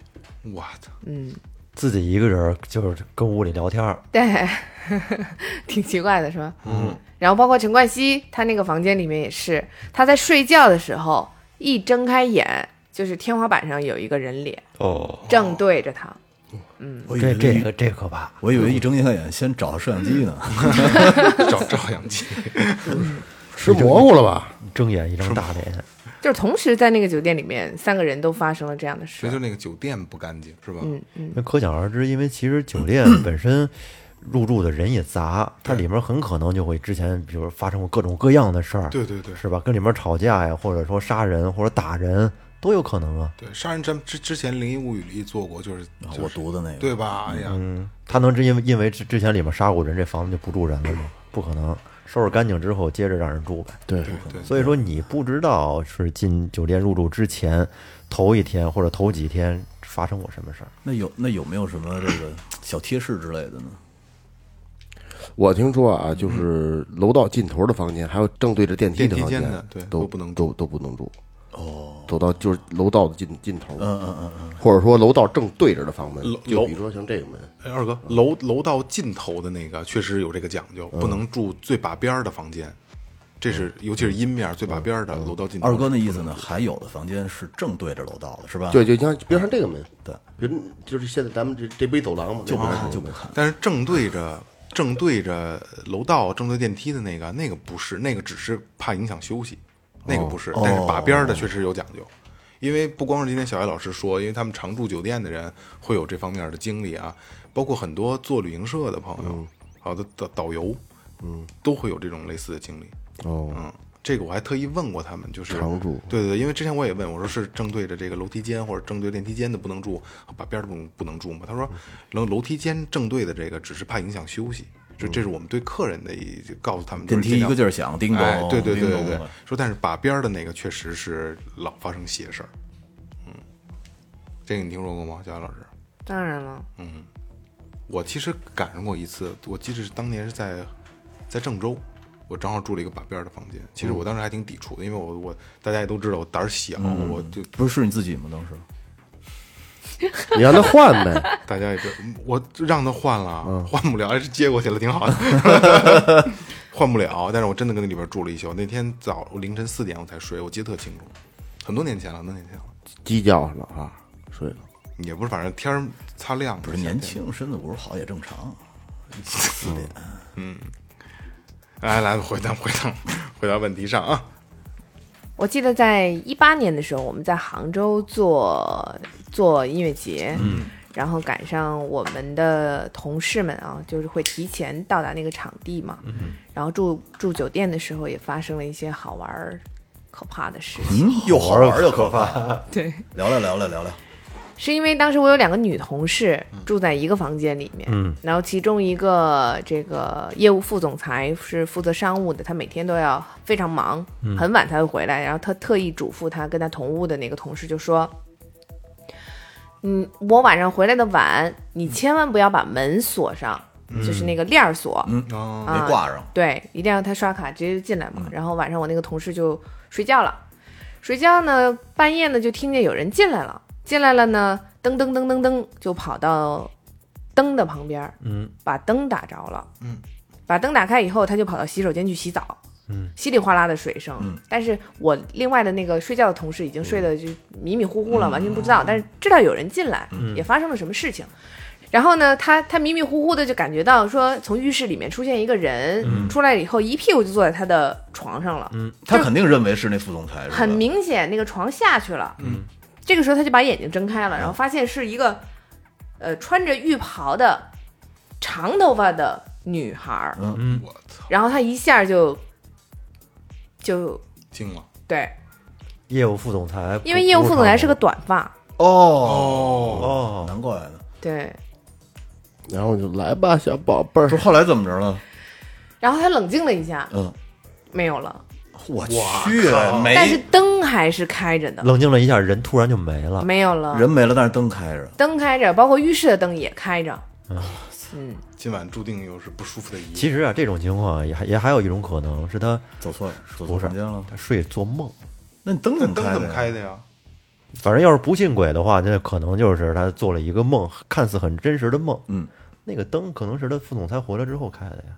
[SPEAKER 3] 我 操，
[SPEAKER 7] 嗯，
[SPEAKER 5] 自己一个人儿就是跟屋里聊天儿，
[SPEAKER 7] 对， 挺奇怪的是吧？嗯，然后包括陈冠希，他那个房间里面也是，他在睡觉的时候一睁开眼，就是天花板上有一个人脸。
[SPEAKER 5] 哦，
[SPEAKER 7] 正对着他，
[SPEAKER 6] 我以
[SPEAKER 5] 这
[SPEAKER 6] 为
[SPEAKER 5] 这
[SPEAKER 6] 一
[SPEAKER 5] 个这可怕。
[SPEAKER 6] 我以为一睁开眼先找摄像机呢，
[SPEAKER 3] 嗯照照相机，
[SPEAKER 8] 吃蘑菇了吧？
[SPEAKER 5] 睁眼一张大脸，
[SPEAKER 7] 就是同时在那个酒店里面，三个人都发生了这样的事
[SPEAKER 3] 所以。就那个酒店不干净是吧？
[SPEAKER 7] 嗯嗯，
[SPEAKER 5] 那可想而知，因为其实酒店本身入住的人也杂，它里面很可能就会之前，比如发生过各种各样的事儿，
[SPEAKER 3] 对对对
[SPEAKER 5] 是吧？跟里面吵架呀，或者说杀人或者打人都有可能啊。
[SPEAKER 3] 对，杀人咱们之之前《灵异物语》里做过，就是
[SPEAKER 6] 啊
[SPEAKER 3] 就是
[SPEAKER 6] 我读的那个
[SPEAKER 3] 对吧？哎呀，
[SPEAKER 7] 嗯
[SPEAKER 5] 他能真因为因为之之前里面杀过人，这房子就不住人了吗？不可能，收拾干净之后接着让人住呗。
[SPEAKER 4] 对，
[SPEAKER 3] 对对，
[SPEAKER 5] 所以说你不知道是进酒店入住之前头一天或者头几天发生过什么事儿。
[SPEAKER 6] 那有那有没有什么这个小贴士之类的呢？
[SPEAKER 4] 我听说啊，就是楼道尽头的房间，还有正对着电梯
[SPEAKER 3] 电
[SPEAKER 4] 的
[SPEAKER 3] 梯
[SPEAKER 4] 房
[SPEAKER 3] 间
[SPEAKER 4] 间
[SPEAKER 3] 的，对
[SPEAKER 4] 都
[SPEAKER 3] 都不能
[SPEAKER 4] 都都不能住。哦，走到就是楼道的尽尽头，
[SPEAKER 6] 嗯嗯嗯嗯，
[SPEAKER 4] 或者说楼道正对着的房门
[SPEAKER 3] 楼，
[SPEAKER 4] 就
[SPEAKER 3] 楼
[SPEAKER 4] 比如说像这个门，
[SPEAKER 3] 哎，二哥，楼楼道尽头的那个确实有这个讲究，
[SPEAKER 7] 嗯
[SPEAKER 3] 不能住最把边儿的房间，这是尤其是阴面儿最把边儿的
[SPEAKER 7] 嗯
[SPEAKER 3] 楼道尽头。
[SPEAKER 6] 二哥那意思呢？还有的房间是正对着楼道的，是吧？
[SPEAKER 4] 对，就像比如像这个门，
[SPEAKER 6] 对，
[SPEAKER 4] 比如就是现在咱们这这不一走廊嘛，就
[SPEAKER 6] 就不啊看就不看。
[SPEAKER 3] 但是正对着正对着楼道、正对电梯的那个，那个不是，那个只是怕影响休息，那个不是。但是把边儿的确实有讲究，因为不光是今天小艾老师说，因为他们常住酒店的人会有这方面的经历啊，包括很多做旅行社的朋友，好的导导游，嗯，都会有这种类似的经历。
[SPEAKER 4] 哦，
[SPEAKER 3] 嗯，这个我还特意问过他们，就是
[SPEAKER 4] 常住
[SPEAKER 3] 对对对，因为之前我也问，我说是正对着这个楼梯间或者正对电梯间的不能住，把边儿的不不能住吗？他说，楼楼梯间正对的这个只是怕影响休息，这这是我们对客人的一告诉他们，就
[SPEAKER 6] 电
[SPEAKER 3] 是
[SPEAKER 6] 梯一
[SPEAKER 3] 尽量
[SPEAKER 6] 个劲儿响，叮
[SPEAKER 3] 哎，
[SPEAKER 6] 咚，
[SPEAKER 3] 对对对
[SPEAKER 6] 叮
[SPEAKER 3] 对
[SPEAKER 6] 咚
[SPEAKER 3] 对，说但是把边儿的那个确实是老发生邪事儿，嗯，这个你听说过吗，小安老师？
[SPEAKER 7] 当然了，
[SPEAKER 3] 我其实赶上过一次，我记得是当年是在在郑州，我正好住了一个把边儿的房间。其实
[SPEAKER 6] 嗯
[SPEAKER 3] 我当时还挺抵触的，因为我我大家也都知道我胆儿小，
[SPEAKER 6] 嗯
[SPEAKER 3] 我就
[SPEAKER 6] 不是是你自己吗？当时
[SPEAKER 4] 你让他换呗，
[SPEAKER 3] 大家也知道，我让他换了，
[SPEAKER 6] 嗯
[SPEAKER 3] 换不了，还是接过去了，挺好的， 换不了。但是我真的跟那里边住了一宿，那天早凌晨四点我才睡，我记得特清楚，很多年前了，很多年前了，
[SPEAKER 4] 鸡叫了啊，睡了。
[SPEAKER 3] 也不是，反正天儿擦亮了，
[SPEAKER 6] 不是年轻，身子骨好也正常。四点，
[SPEAKER 3] 哎，来回答回答回答问题上啊，
[SPEAKER 7] 我记得在一八年的时候，我们在杭州做做音乐节，嗯，然后赶上我们的同事们啊，就是会提前到达那个场地嘛，嗯，然后住住酒店的时候也发生了一些好玩儿、可怕的事情，
[SPEAKER 6] 嗯，又好玩又可怕。
[SPEAKER 7] 对，
[SPEAKER 6] 聊聊聊聊聊聊，
[SPEAKER 7] 是因为当时我有两个女同事住在一个房间里面，嗯，然后其中一个这个业务副总裁是负责商务的，他每天都要非常忙，很晚才会回来，然后他特意嘱咐他跟他同屋的那个同事就说。嗯，我晚上回来的晚，你千万不要把门锁上，就是那个链儿锁。
[SPEAKER 3] 哦，
[SPEAKER 5] 啊
[SPEAKER 6] 没挂上。
[SPEAKER 7] 对，一定要他刷卡直接就进来嘛。然后晚上我那个同事就睡觉了，睡觉呢，半夜呢就听见有人进来了，进来了呢，噔噔噔噔噔就跑到灯的旁边儿，
[SPEAKER 5] 嗯，
[SPEAKER 7] 把灯打着了，
[SPEAKER 3] 嗯，
[SPEAKER 7] 把灯打开以后，他就跑到洗手间去洗澡。嗯，稀里哗啦的水声，但是我另外的那个睡觉的同事已经睡得就迷迷糊糊了，完全不知道，但是知道有人进来，也发生了什么事情。然后呢，他他迷迷糊糊的就感觉到说，从浴室里面出现一个人，出来以后一屁股就坐在他的床上了，
[SPEAKER 6] 他肯定认为是那副总裁，是吧
[SPEAKER 7] 很明显那个床下去了。嗯，这个时候他就把眼睛睁开了，然后发现是一个，呃，穿着浴袍的长头发的女孩儿，
[SPEAKER 3] 嗯我操，
[SPEAKER 7] 然后他一下就就
[SPEAKER 3] 惊了，
[SPEAKER 7] 对，
[SPEAKER 5] 业务副总裁，
[SPEAKER 7] 因为业务副总裁是个短发，
[SPEAKER 6] 哦
[SPEAKER 5] 哦，
[SPEAKER 6] 难怪呢。
[SPEAKER 7] 对，
[SPEAKER 4] 然后我就来吧，小宝贝儿
[SPEAKER 6] 不，是后来怎么着了？
[SPEAKER 7] 然后他冷静了一下，
[SPEAKER 6] 嗯，
[SPEAKER 7] 没有了，
[SPEAKER 6] 我去，没
[SPEAKER 7] 但是灯还是开着的，
[SPEAKER 5] 冷静了一下，人突然就没了。
[SPEAKER 7] 没有了，
[SPEAKER 6] 人没了，但是灯开着。
[SPEAKER 7] 灯开着，包括浴室的灯也开着。嗯，
[SPEAKER 3] 今晚注定又是不舒服的一夜。
[SPEAKER 5] 其实啊，这种情况也还也还有一种可能是他
[SPEAKER 6] 走错了，
[SPEAKER 5] 不
[SPEAKER 6] 走错
[SPEAKER 5] 是
[SPEAKER 6] 房间了。
[SPEAKER 5] 他睡做梦，
[SPEAKER 6] 那你灯
[SPEAKER 3] 那
[SPEAKER 6] 怎么
[SPEAKER 3] 灯怎么
[SPEAKER 6] 开
[SPEAKER 3] 开
[SPEAKER 6] 的呀？
[SPEAKER 3] 的呀？
[SPEAKER 5] 反正要是不信鬼的话，那可能就是他做了一个梦，看似很真实的梦。
[SPEAKER 6] 嗯，
[SPEAKER 5] 那个灯可能是他副总裁回来之后开的呀。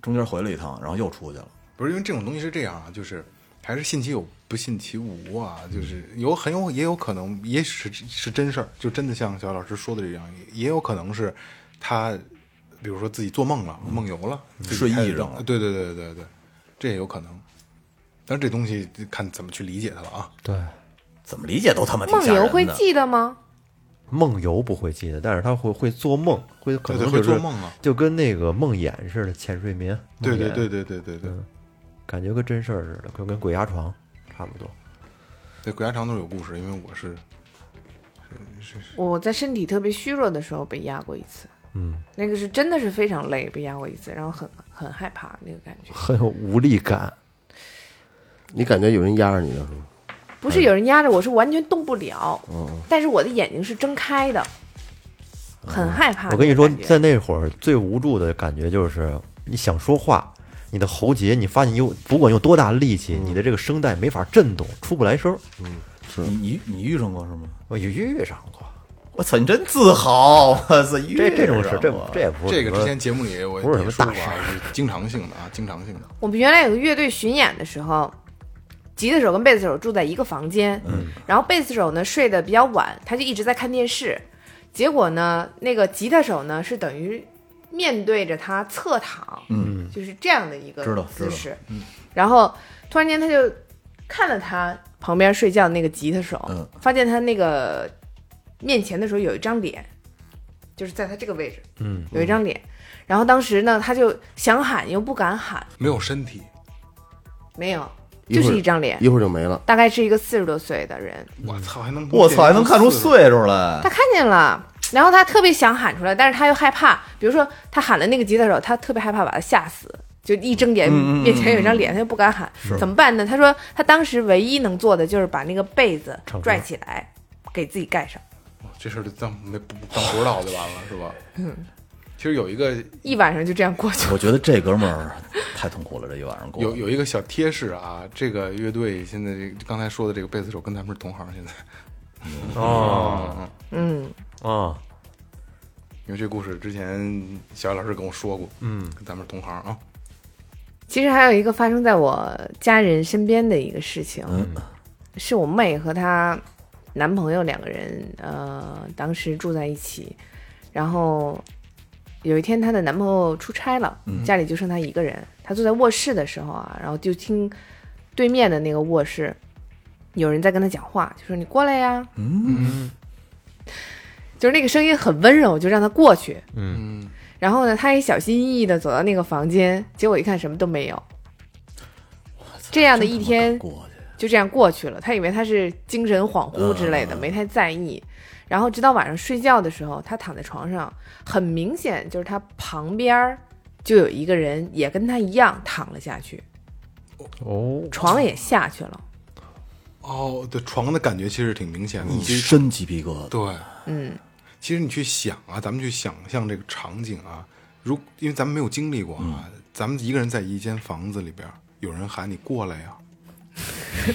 [SPEAKER 6] 中间回了一趟，然后又出去了。
[SPEAKER 3] 不是因为这种东西是这样啊，就是还是信其有不信其无啊，就是有很有也有可能，也许是是真事儿，就真的像小老师说的这样，也也有可能是他，比如说自己做梦了，梦游嗯了，自己
[SPEAKER 6] 睡意
[SPEAKER 3] 开始
[SPEAKER 6] 上了
[SPEAKER 3] 对对对对对对，这也有可能。但是这东西看怎么去理解它了啊。
[SPEAKER 5] 对，
[SPEAKER 6] 怎么理解都他妈挺
[SPEAKER 7] 梦
[SPEAKER 6] 吓人
[SPEAKER 7] 游
[SPEAKER 6] 的。
[SPEAKER 7] 会记得吗？
[SPEAKER 5] 梦游不会记得，但是他会会做梦，会可能
[SPEAKER 3] 对
[SPEAKER 5] 就
[SPEAKER 3] 对
[SPEAKER 5] 是
[SPEAKER 3] 会做梦啊
[SPEAKER 5] 就跟那个梦魇似的，浅睡眠。
[SPEAKER 3] 对
[SPEAKER 5] 梦
[SPEAKER 3] 对
[SPEAKER 5] 魇
[SPEAKER 3] 对，对对对对，
[SPEAKER 5] 感觉跟真事儿似的，就跟鬼压床差不多。
[SPEAKER 3] 对鬼压床都是有故事，因为我是
[SPEAKER 7] 我在身体特别虚弱的时候被压过一次，嗯，那个是真的是非常累，被压过一次，然后很很害怕那个感觉，
[SPEAKER 5] 很有无力感，
[SPEAKER 4] 你感觉有人压着你的时候，
[SPEAKER 7] 不是有人压着我，是完全动不了，但是我的眼睛是睁开的，很害怕那
[SPEAKER 5] 我跟
[SPEAKER 7] 个感
[SPEAKER 5] 你
[SPEAKER 7] 觉。
[SPEAKER 5] 说，在那会儿最无助的感觉就是，你想说话，你的喉结，你发现你有不管用多大力
[SPEAKER 3] 嗯
[SPEAKER 5] 气，你的这个声带没法震动，出不来声儿。
[SPEAKER 6] 你你你遇上过是吗？
[SPEAKER 5] 我也遇上过
[SPEAKER 6] 我操，你真自豪！我操，遇
[SPEAKER 5] 这这种事
[SPEAKER 6] 上，
[SPEAKER 5] 这
[SPEAKER 6] 过
[SPEAKER 5] 这也不是
[SPEAKER 3] 这个
[SPEAKER 5] 什么
[SPEAKER 3] 之前节目里我
[SPEAKER 5] 不是什
[SPEAKER 3] 也
[SPEAKER 5] 么
[SPEAKER 3] 说
[SPEAKER 5] 大
[SPEAKER 3] 过啊，是经常性的啊，经常性的。
[SPEAKER 7] 我们原来有个乐队巡演的时候，吉他手跟贝斯手住在一个房间，
[SPEAKER 6] 嗯
[SPEAKER 7] 然后贝斯手呢睡得比较晚，他就一直在看电视。结果呢，那个吉他手呢是等于面对着他侧躺，嗯，就是这样的一个
[SPEAKER 6] 知道知
[SPEAKER 7] 姿
[SPEAKER 6] 道嗯
[SPEAKER 7] 势。然后突然间他就看了他旁边睡觉那个吉他手，
[SPEAKER 6] 嗯
[SPEAKER 7] 发现他那个面前的时候有一张脸，就是在他这个位置，嗯，有一张脸。然后当时呢，他就想喊又不敢喊，
[SPEAKER 3] 没有身体，
[SPEAKER 7] 没有，
[SPEAKER 4] 一
[SPEAKER 7] 就
[SPEAKER 4] 会
[SPEAKER 7] 是
[SPEAKER 4] 儿
[SPEAKER 7] 一张脸
[SPEAKER 4] 一，会儿就没了。
[SPEAKER 7] 大概是一个四十多岁的人，
[SPEAKER 3] 我操，还能
[SPEAKER 6] 嗯我操，还能看出
[SPEAKER 3] 岁。
[SPEAKER 6] 岁数来
[SPEAKER 7] 他。看见了，然后他特别想喊出来，但是他又害怕，比如说他喊了那个吉他手，他特别害怕把他吓死。就一睁眼，面前有一张脸，他就不敢喊，怎么办呢？他说，他当时唯一能做的就是把那个被子
[SPEAKER 5] 敞开
[SPEAKER 7] 拽起来，给自己盖上。
[SPEAKER 3] 这事儿就当没不当不知道就完了，是吧？嗯。其实有一 个
[SPEAKER 7] 一晚上就这样过去了。
[SPEAKER 6] 我觉得这哥们儿太痛苦了，这一晚上过。
[SPEAKER 3] 有有一个小贴士啊，这个乐队现在这刚才说的这个贝斯手跟咱们是同行，现在
[SPEAKER 5] 哦，
[SPEAKER 7] 嗯，
[SPEAKER 5] 哦，
[SPEAKER 3] 因为这故事之前小艾老师跟我说过，嗯，跟咱们是同行啊。
[SPEAKER 7] 其实还有一个发生在我家人身边的一个事情，
[SPEAKER 6] 嗯
[SPEAKER 7] 是我妹和她男朋友两个人，呃，当时住在一起，然后有一天她的男朋友出差了，家里就剩她一个人，她坐在卧室的时候啊，然后就听对面的那个卧室有人在跟她讲话，就说你过来呀，嗯，就是那个声音很温柔，就让她过去，
[SPEAKER 3] 嗯，
[SPEAKER 7] 然后呢，她也小心翼翼的走到那个房间，结果一看什么都没有。这样的一天，
[SPEAKER 6] 过去，
[SPEAKER 7] 就这样过去了。他以为他是精神恍惚之类的，没太在意。然后直到晚上睡觉的时候，他躺在床上，很明显就是他旁边儿就有一个人也跟他一样躺了下去，
[SPEAKER 5] 哦，
[SPEAKER 7] 床也下去了。
[SPEAKER 3] 哦，对，床的感觉其实挺明显的，
[SPEAKER 6] 一
[SPEAKER 3] 其实
[SPEAKER 6] 身鸡皮疙瘩。
[SPEAKER 3] 对，
[SPEAKER 7] 嗯，
[SPEAKER 3] 其实你去想啊，咱们去想象这个场景啊，如因为咱们没有经历过啊，
[SPEAKER 6] 嗯
[SPEAKER 3] 咱们一个人在一间房子里边，有人喊你过来啊呀、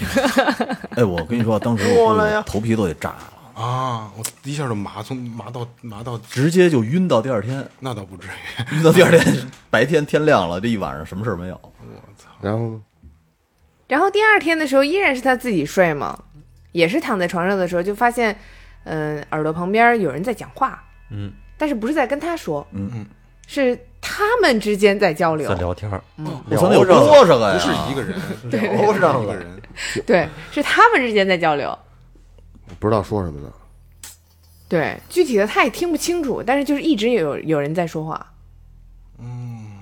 [SPEAKER 6] 哎，我跟你说，当时我头皮都得炸了，
[SPEAKER 3] 啊，我一下就麻从麻到麻到，
[SPEAKER 6] 直接就晕到第二天，
[SPEAKER 3] 那倒不至于。
[SPEAKER 6] 晕到第二天白天天亮了，这一晚上什么事儿没有。
[SPEAKER 4] 然后呢？
[SPEAKER 7] 然后第二天的时候依然是他自己睡嘛，也是躺在床上的时候就发现，嗯、耳朵旁边有人在讲话，
[SPEAKER 5] 嗯，
[SPEAKER 7] 但是不是在跟他说，
[SPEAKER 6] 嗯
[SPEAKER 3] 嗯，
[SPEAKER 7] 是他们之间在交流
[SPEAKER 5] 在，聊天儿，
[SPEAKER 6] 我操，那有啊
[SPEAKER 5] 聊上
[SPEAKER 6] 多少个呀？
[SPEAKER 3] 不是一个人，
[SPEAKER 5] 聊上
[SPEAKER 3] 啊一个
[SPEAKER 5] 了，
[SPEAKER 3] 人，
[SPEAKER 7] 对，是他们之间在交流。
[SPEAKER 4] 不知道说什么呢。
[SPEAKER 7] 对，具体的他也听不清楚，但是就是一直有有人在说话。嗯，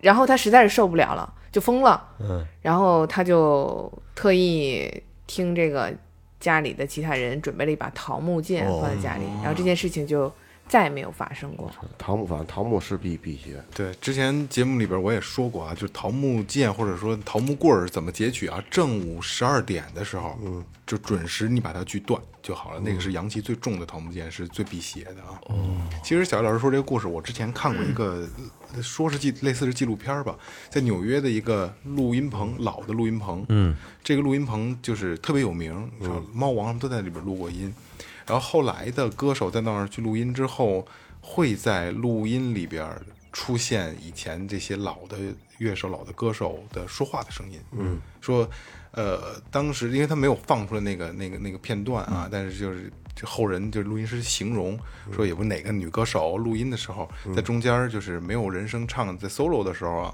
[SPEAKER 7] 然后他实在是受不了了，就疯了。
[SPEAKER 5] 嗯，
[SPEAKER 7] 然后他就特意听这个家里的其他人准备了一把桃木剑
[SPEAKER 6] 哦
[SPEAKER 7] 放在家里，然后这件事情就再也没有发生过。
[SPEAKER 4] 桃木，反正桃木是必必学。
[SPEAKER 3] 对，之前节目里边我也说过啊，就是桃木剑或者说桃木棍儿怎么截取啊？正午十二点的时候，嗯，就准时你把它锯断就好了。那个是阳气最重的桃木剑，是最辟邪的啊。哦，其实小叶老师说这个故事，我之前看过一个，呃说是纪类似是纪录片儿吧，在纽约的一个录音棚，老的录音棚，嗯，这个录音棚就是特别有名，你知道猫王什么都在里边录过音。然后后来的歌手在那儿去录音之后，会在录音里边儿出现以前这些老的乐手、老的歌手的说话的声音，嗯，说，呃，当时因为他没有放出来那个那个那个片段啊，但是就是这后人就是录音师形容说，也不哪个女歌手录音的时候，在中间儿就是没有人声唱，在 solo 的时候啊。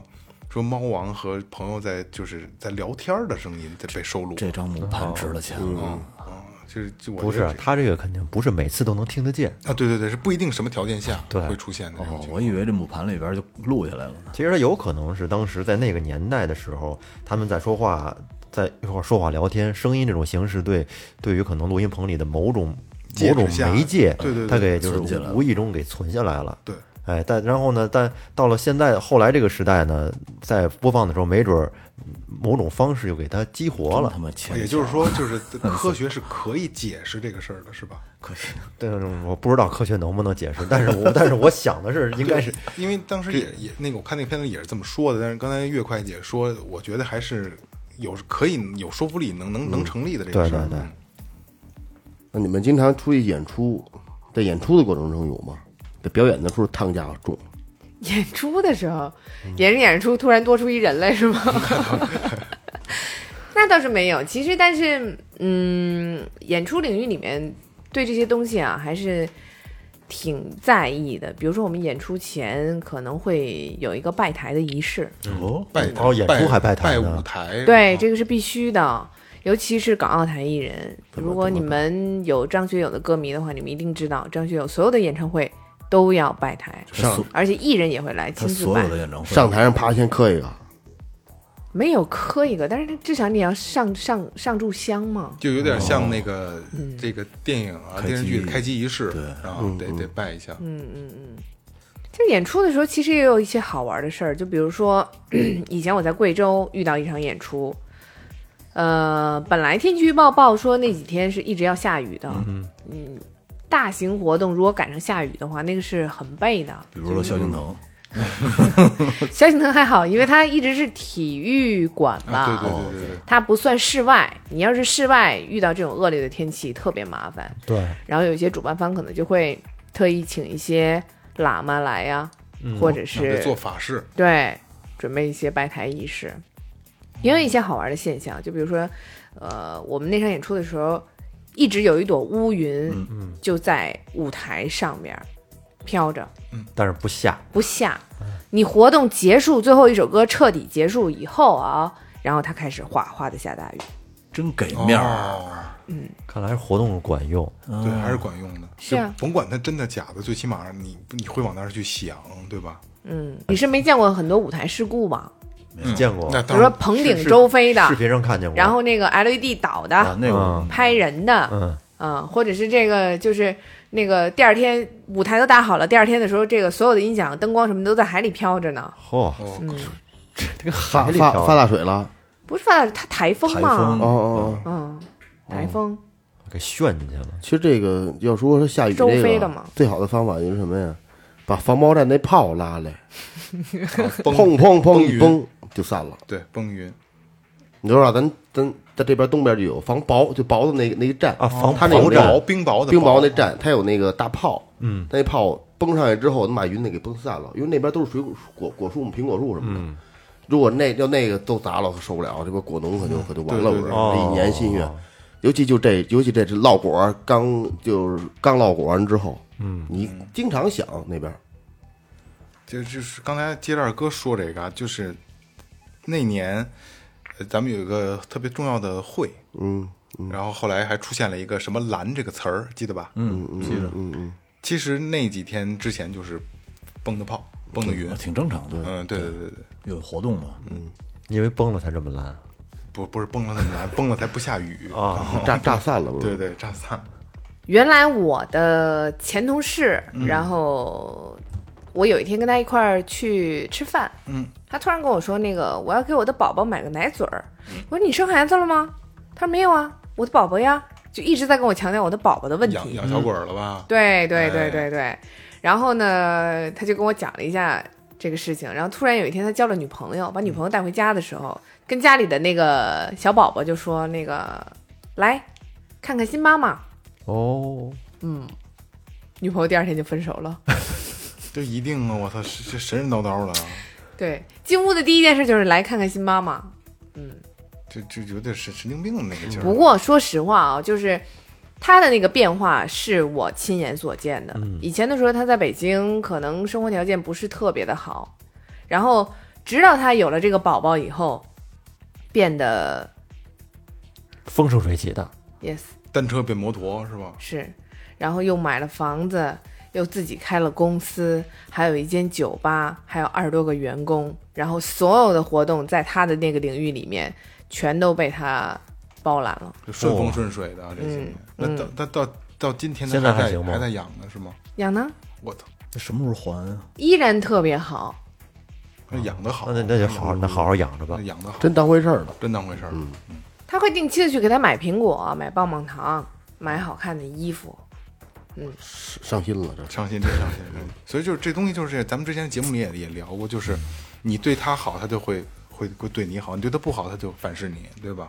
[SPEAKER 3] 说猫王和朋友在就是在聊天儿的声音在被收录，
[SPEAKER 6] 这张母盘值了钱啊了。
[SPEAKER 3] 嗯，就是就我
[SPEAKER 5] 不
[SPEAKER 3] 觉得
[SPEAKER 5] 是啊
[SPEAKER 3] 这
[SPEAKER 5] 他这个肯定不是每次都能听得见。
[SPEAKER 3] 啊，对对对，是不一定什么条件下会出现的那种
[SPEAKER 6] 哦
[SPEAKER 3] 情，况。
[SPEAKER 6] 我以为这母盘里边就录下来了呢。
[SPEAKER 5] 其实他有可能是当时在那个年代的时候，他们在说话，在一块儿说话聊天，声音这种形式对对于可能录音棚里的某种
[SPEAKER 3] 介
[SPEAKER 5] 某
[SPEAKER 3] 质
[SPEAKER 5] 种
[SPEAKER 3] 下
[SPEAKER 5] 媒介，
[SPEAKER 3] 对对对
[SPEAKER 5] 他给就
[SPEAKER 6] 存下
[SPEAKER 5] 是
[SPEAKER 6] 来了
[SPEAKER 5] 无无意中给存下来了。
[SPEAKER 3] 对，
[SPEAKER 5] 哎，但然后呢？但到了现在后来这个时代呢，在播放的时候，没准儿某种方式又给它激活
[SPEAKER 6] 他
[SPEAKER 5] 了。
[SPEAKER 6] 妈钱，
[SPEAKER 3] 也就是说，就是科学是可以解释这个事儿的，是吧？
[SPEAKER 6] 可惜，
[SPEAKER 5] 但是我不知道科学能不能解释，但是我但是我想的是， 应该是
[SPEAKER 3] 因为当时也也那个，我看那个片子也是这么说的。但是刚才岳会计也说，我觉得还是有可以有说服力，能能能成立的这个
[SPEAKER 5] 对
[SPEAKER 3] 事儿。嗯
[SPEAKER 5] 对对
[SPEAKER 4] 那你们经常出去演出，在演出的过程中有吗？在表演的时候烫架重，
[SPEAKER 7] 演出的时候，演着演着出突然多出一人来是吗？ 那倒是没有，其实但是嗯，演出领域里面对这些东西啊还是挺在意的。比如说我们演出前可能会有一个拜台的仪式，
[SPEAKER 3] 哦，拜
[SPEAKER 5] 哦演出
[SPEAKER 3] 拜
[SPEAKER 5] 还拜台
[SPEAKER 3] 拜
[SPEAKER 5] 呢
[SPEAKER 3] 舞
[SPEAKER 6] 哎
[SPEAKER 3] 台，
[SPEAKER 7] 对，
[SPEAKER 3] 哦
[SPEAKER 7] 这个是必须的，尤其是港澳台艺人。如果你们有张学友的歌迷的话，你们一定知道，张学友所有的演唱会都要拜台，
[SPEAKER 6] 上
[SPEAKER 7] 而且艺人也会来
[SPEAKER 6] 他
[SPEAKER 7] 亲自
[SPEAKER 6] 所
[SPEAKER 7] 拜
[SPEAKER 6] 有。的演唱会
[SPEAKER 4] 上台上啪先磕一个，
[SPEAKER 7] 没有磕一个，但是他至少你要上上上炷香嘛。
[SPEAKER 3] 就有点像那个
[SPEAKER 7] 嗯
[SPEAKER 3] 这个电影啊
[SPEAKER 6] 开机
[SPEAKER 3] 电视剧的开机仪式
[SPEAKER 6] 对，
[SPEAKER 3] 啊，得得拜一下。
[SPEAKER 7] 嗯就是演出的时候，其实也有一些好玩的事儿，就比如说， 以前我在贵州遇到一场演出，呃，本来天气预报报说那几天是一直要下雨的，嗯大型活动如果赶上下雨的话，那个是很背的。
[SPEAKER 6] 比如说萧敬腾，
[SPEAKER 7] 萧敬腾还好，因为他一直是体育馆吧，
[SPEAKER 3] 啊，对对对对对，
[SPEAKER 7] 它不算室外。你要是室外遇到这种恶劣的天气，特别麻烦。
[SPEAKER 5] 对，
[SPEAKER 7] 然后有一些主办方可能就会特意请一些喇嘛来呀、
[SPEAKER 3] 嗯
[SPEAKER 7] 或者
[SPEAKER 3] 然后得
[SPEAKER 7] 是
[SPEAKER 3] 做法事，
[SPEAKER 7] 对准备一些拜台仪式，也有一些好玩的现象，就比如说，呃，我们那场演出的时候，一直有一朵乌云
[SPEAKER 3] 嗯
[SPEAKER 7] 就在舞台上面飘着
[SPEAKER 5] 但是不下，
[SPEAKER 7] 不下。
[SPEAKER 3] 嗯
[SPEAKER 7] 你活动结束，最后一首歌彻底结束以后啊，然后它开始哗哗的下大雨。
[SPEAKER 6] 真给面儿，
[SPEAKER 3] 哦
[SPEAKER 5] 看来还是活动管用。
[SPEAKER 3] 对，还是管用的。
[SPEAKER 7] 嗯是啊
[SPEAKER 3] 就甭管它真的假的，最起码你你会往那儿去想，对吧？
[SPEAKER 7] 嗯，你是没见过很多舞台事故吧？
[SPEAKER 5] 你见过？
[SPEAKER 3] 嗯那
[SPEAKER 7] 比
[SPEAKER 3] 当
[SPEAKER 7] 如说
[SPEAKER 3] 然，
[SPEAKER 7] 棚顶周飞的，
[SPEAKER 5] 视频上看见过。
[SPEAKER 7] 然后那个 LED 倒的，
[SPEAKER 6] 啊那个
[SPEAKER 5] 嗯
[SPEAKER 7] 拍人的，
[SPEAKER 5] 嗯，
[SPEAKER 7] 啊，或者是这个就是那个第二天舞台都搭好了，第二天的时候，这个所有的音响、灯光什么都在海里飘着呢。
[SPEAKER 5] 嚯，
[SPEAKER 7] 嗯
[SPEAKER 3] 哦
[SPEAKER 5] 这个
[SPEAKER 4] 发
[SPEAKER 5] 海里
[SPEAKER 4] 发
[SPEAKER 5] 飘
[SPEAKER 4] 发大水了，
[SPEAKER 7] 不是发它台风
[SPEAKER 6] 台
[SPEAKER 7] 嘛？
[SPEAKER 6] 风
[SPEAKER 4] 哦哦哦。
[SPEAKER 7] 嗯，台风。
[SPEAKER 5] 给炫进去了。
[SPEAKER 4] 其实这个要说说下雨这
[SPEAKER 7] 周飞
[SPEAKER 4] 个
[SPEAKER 7] 的嘛，
[SPEAKER 4] 最好的方法就是什么呀？把防爆站那炮拉来，
[SPEAKER 3] 啊 崩
[SPEAKER 4] 砰砰砰一
[SPEAKER 3] 云
[SPEAKER 4] 崩就散了。
[SPEAKER 3] 对，崩云。
[SPEAKER 4] 你知道吧？咱咱在这边东边就有防雹，就雹子那个那个站
[SPEAKER 5] 啊防
[SPEAKER 4] 它那有
[SPEAKER 5] 雹
[SPEAKER 4] 那个
[SPEAKER 5] 站
[SPEAKER 3] 薄冰雹的啊
[SPEAKER 4] 冰雹那站，它有那个大炮，嗯，那炮崩上去之后，能把云给给崩散了，因为那边都是水果果果树、苹果树什么的。如果那要那个都砸了，受不了，这不果农可就可就完了，
[SPEAKER 3] 对
[SPEAKER 4] 不
[SPEAKER 3] 对
[SPEAKER 4] 是？
[SPEAKER 3] 对
[SPEAKER 4] 这一年心血，尤其就这，尤其这这落果儿刚就是刚落果完之后，嗯，你经常想那边，
[SPEAKER 3] 就就是刚才接着二哥说这个啊，就是那年，呃咱们有一个特别重要的会，
[SPEAKER 4] 嗯，
[SPEAKER 3] 然后后来还出现了一个什么“蓝”这个词儿，记得吧？
[SPEAKER 6] 嗯，记得
[SPEAKER 3] 其实那几天之前就是崩的炮，崩的云
[SPEAKER 6] 啊。挺正常的，
[SPEAKER 3] 嗯，对对对对，
[SPEAKER 6] 有活动嘛，
[SPEAKER 5] 因为崩了才这么烂。
[SPEAKER 3] 不不是崩了那么蓝，崩了才不下雨
[SPEAKER 5] 啊。
[SPEAKER 4] 炸炸散了，不是？
[SPEAKER 3] 对对，炸散。
[SPEAKER 7] 原来我的前同事，
[SPEAKER 6] 嗯
[SPEAKER 7] 然后我有一天跟他一块儿去吃饭，
[SPEAKER 3] 嗯，
[SPEAKER 7] 他突然跟我说，那个我要给我的宝宝买个奶嘴儿。
[SPEAKER 6] 嗯
[SPEAKER 7] 我说你生孩子了吗？他说没有啊，我的宝宝呀，就一直在跟我强调我的宝宝的问题。
[SPEAKER 3] 养养小鬼儿了吧？
[SPEAKER 7] 对对
[SPEAKER 3] 哎
[SPEAKER 7] 对对对。然后呢，他就跟我讲了一下这个事情。然后突然有一天，他交了女朋友，把女朋友带回家的时候，跟家里的那个小宝宝就说：“那个来看看新妈妈。
[SPEAKER 5] 哦，”
[SPEAKER 7] 女朋友第二天就分手了。
[SPEAKER 3] 这一定啊！我操，是这神神叨叨的啊。
[SPEAKER 7] 对，进屋的第一件事就是来看看新妈妈。嗯，
[SPEAKER 3] 就就有点神神经病的那个劲儿。
[SPEAKER 7] 不过说实话啊，就是他的那个变化是我亲眼所见的。以前的时候，他在北京可能生活条件不是特别的好，然后直到他有了这个宝宝以后，变得
[SPEAKER 5] 风生水起的，
[SPEAKER 7] yes
[SPEAKER 3] 单车变摩托是吧？
[SPEAKER 7] 是，然后又买了房子，又自己开了公司，还有一间酒吧，还有二十多个员工，然后所有的活动在他的那个领域里面全都被他包揽了。
[SPEAKER 3] 就顺风顺水的、这些
[SPEAKER 7] 嗯
[SPEAKER 3] 年。那到那到到今天，他
[SPEAKER 5] 现在
[SPEAKER 3] 还
[SPEAKER 5] 还行吗
[SPEAKER 3] 还在养呢是吗？
[SPEAKER 7] 养呢
[SPEAKER 3] 我操，
[SPEAKER 6] 那什么时候还啊？
[SPEAKER 7] 依然特别好，
[SPEAKER 3] 那养的
[SPEAKER 5] 嗯
[SPEAKER 3] 好，嗯
[SPEAKER 5] 那那那就好好那好好养着吧嗯
[SPEAKER 3] 那。养的好，
[SPEAKER 4] 真当回事儿了。
[SPEAKER 3] 真当回事儿。
[SPEAKER 7] 他会定期的去给他买苹果、买棒棒糖、买好看的衣服。
[SPEAKER 4] 伤心了，这
[SPEAKER 3] 伤心，真伤心。真所以就是这东西，就是咱们之前节目里也也聊过，
[SPEAKER 5] 嗯
[SPEAKER 3] 就是你对他好，他就会会会对你好；你对他不好，他就反噬你，对吧？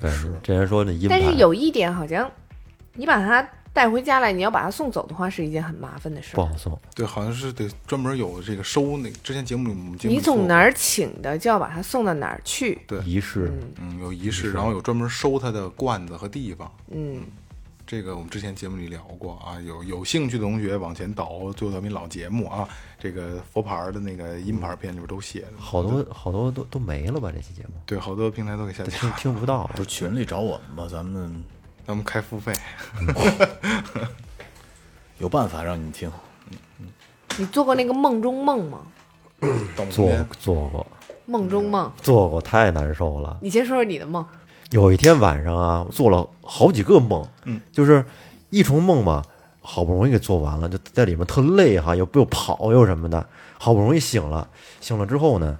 [SPEAKER 5] 对，这人说那阴
[SPEAKER 7] 但
[SPEAKER 5] 牌
[SPEAKER 7] 是有一点，好像你把他带回家来，你要把他送走的话，是一件很麻烦的事
[SPEAKER 5] 不
[SPEAKER 7] 儿。
[SPEAKER 5] 好送，
[SPEAKER 3] 对，好像是得专门有这个收那之前节目里我们节目里
[SPEAKER 7] 你从
[SPEAKER 3] 说
[SPEAKER 7] 哪儿请的，就要把他送到哪儿去。
[SPEAKER 3] 对
[SPEAKER 5] 仪式
[SPEAKER 3] 嗯有仪式，然后有专门收他的罐子和地方。
[SPEAKER 7] 嗯，
[SPEAKER 3] 这个我们之前节目里聊过啊，有有兴趣的同学往前倒最后调频老节目啊，这个佛牌儿的那个音牌片里边都写着，
[SPEAKER 5] 好多好多都都没了吧？这期节目
[SPEAKER 3] 对，好多平台都给下
[SPEAKER 5] 都听
[SPEAKER 3] 架，
[SPEAKER 5] 听不到了
[SPEAKER 6] 不。是群里找我们吧，咱们
[SPEAKER 3] 咱们开付费，
[SPEAKER 6] 有办法让你听。
[SPEAKER 7] 你做过那个梦中梦吗？
[SPEAKER 3] 等明
[SPEAKER 5] 做
[SPEAKER 3] 天
[SPEAKER 5] 做过
[SPEAKER 7] 梦中梦，
[SPEAKER 5] 做过，太难受了。
[SPEAKER 7] 你先说说你的梦。
[SPEAKER 5] 有一天晚上啊，做了好几个梦，
[SPEAKER 3] 嗯，
[SPEAKER 5] 就是一重梦嘛，好不容易给做完了，就在里面特累哈，又又跑又什么的，好不容易醒了，醒了之后呢，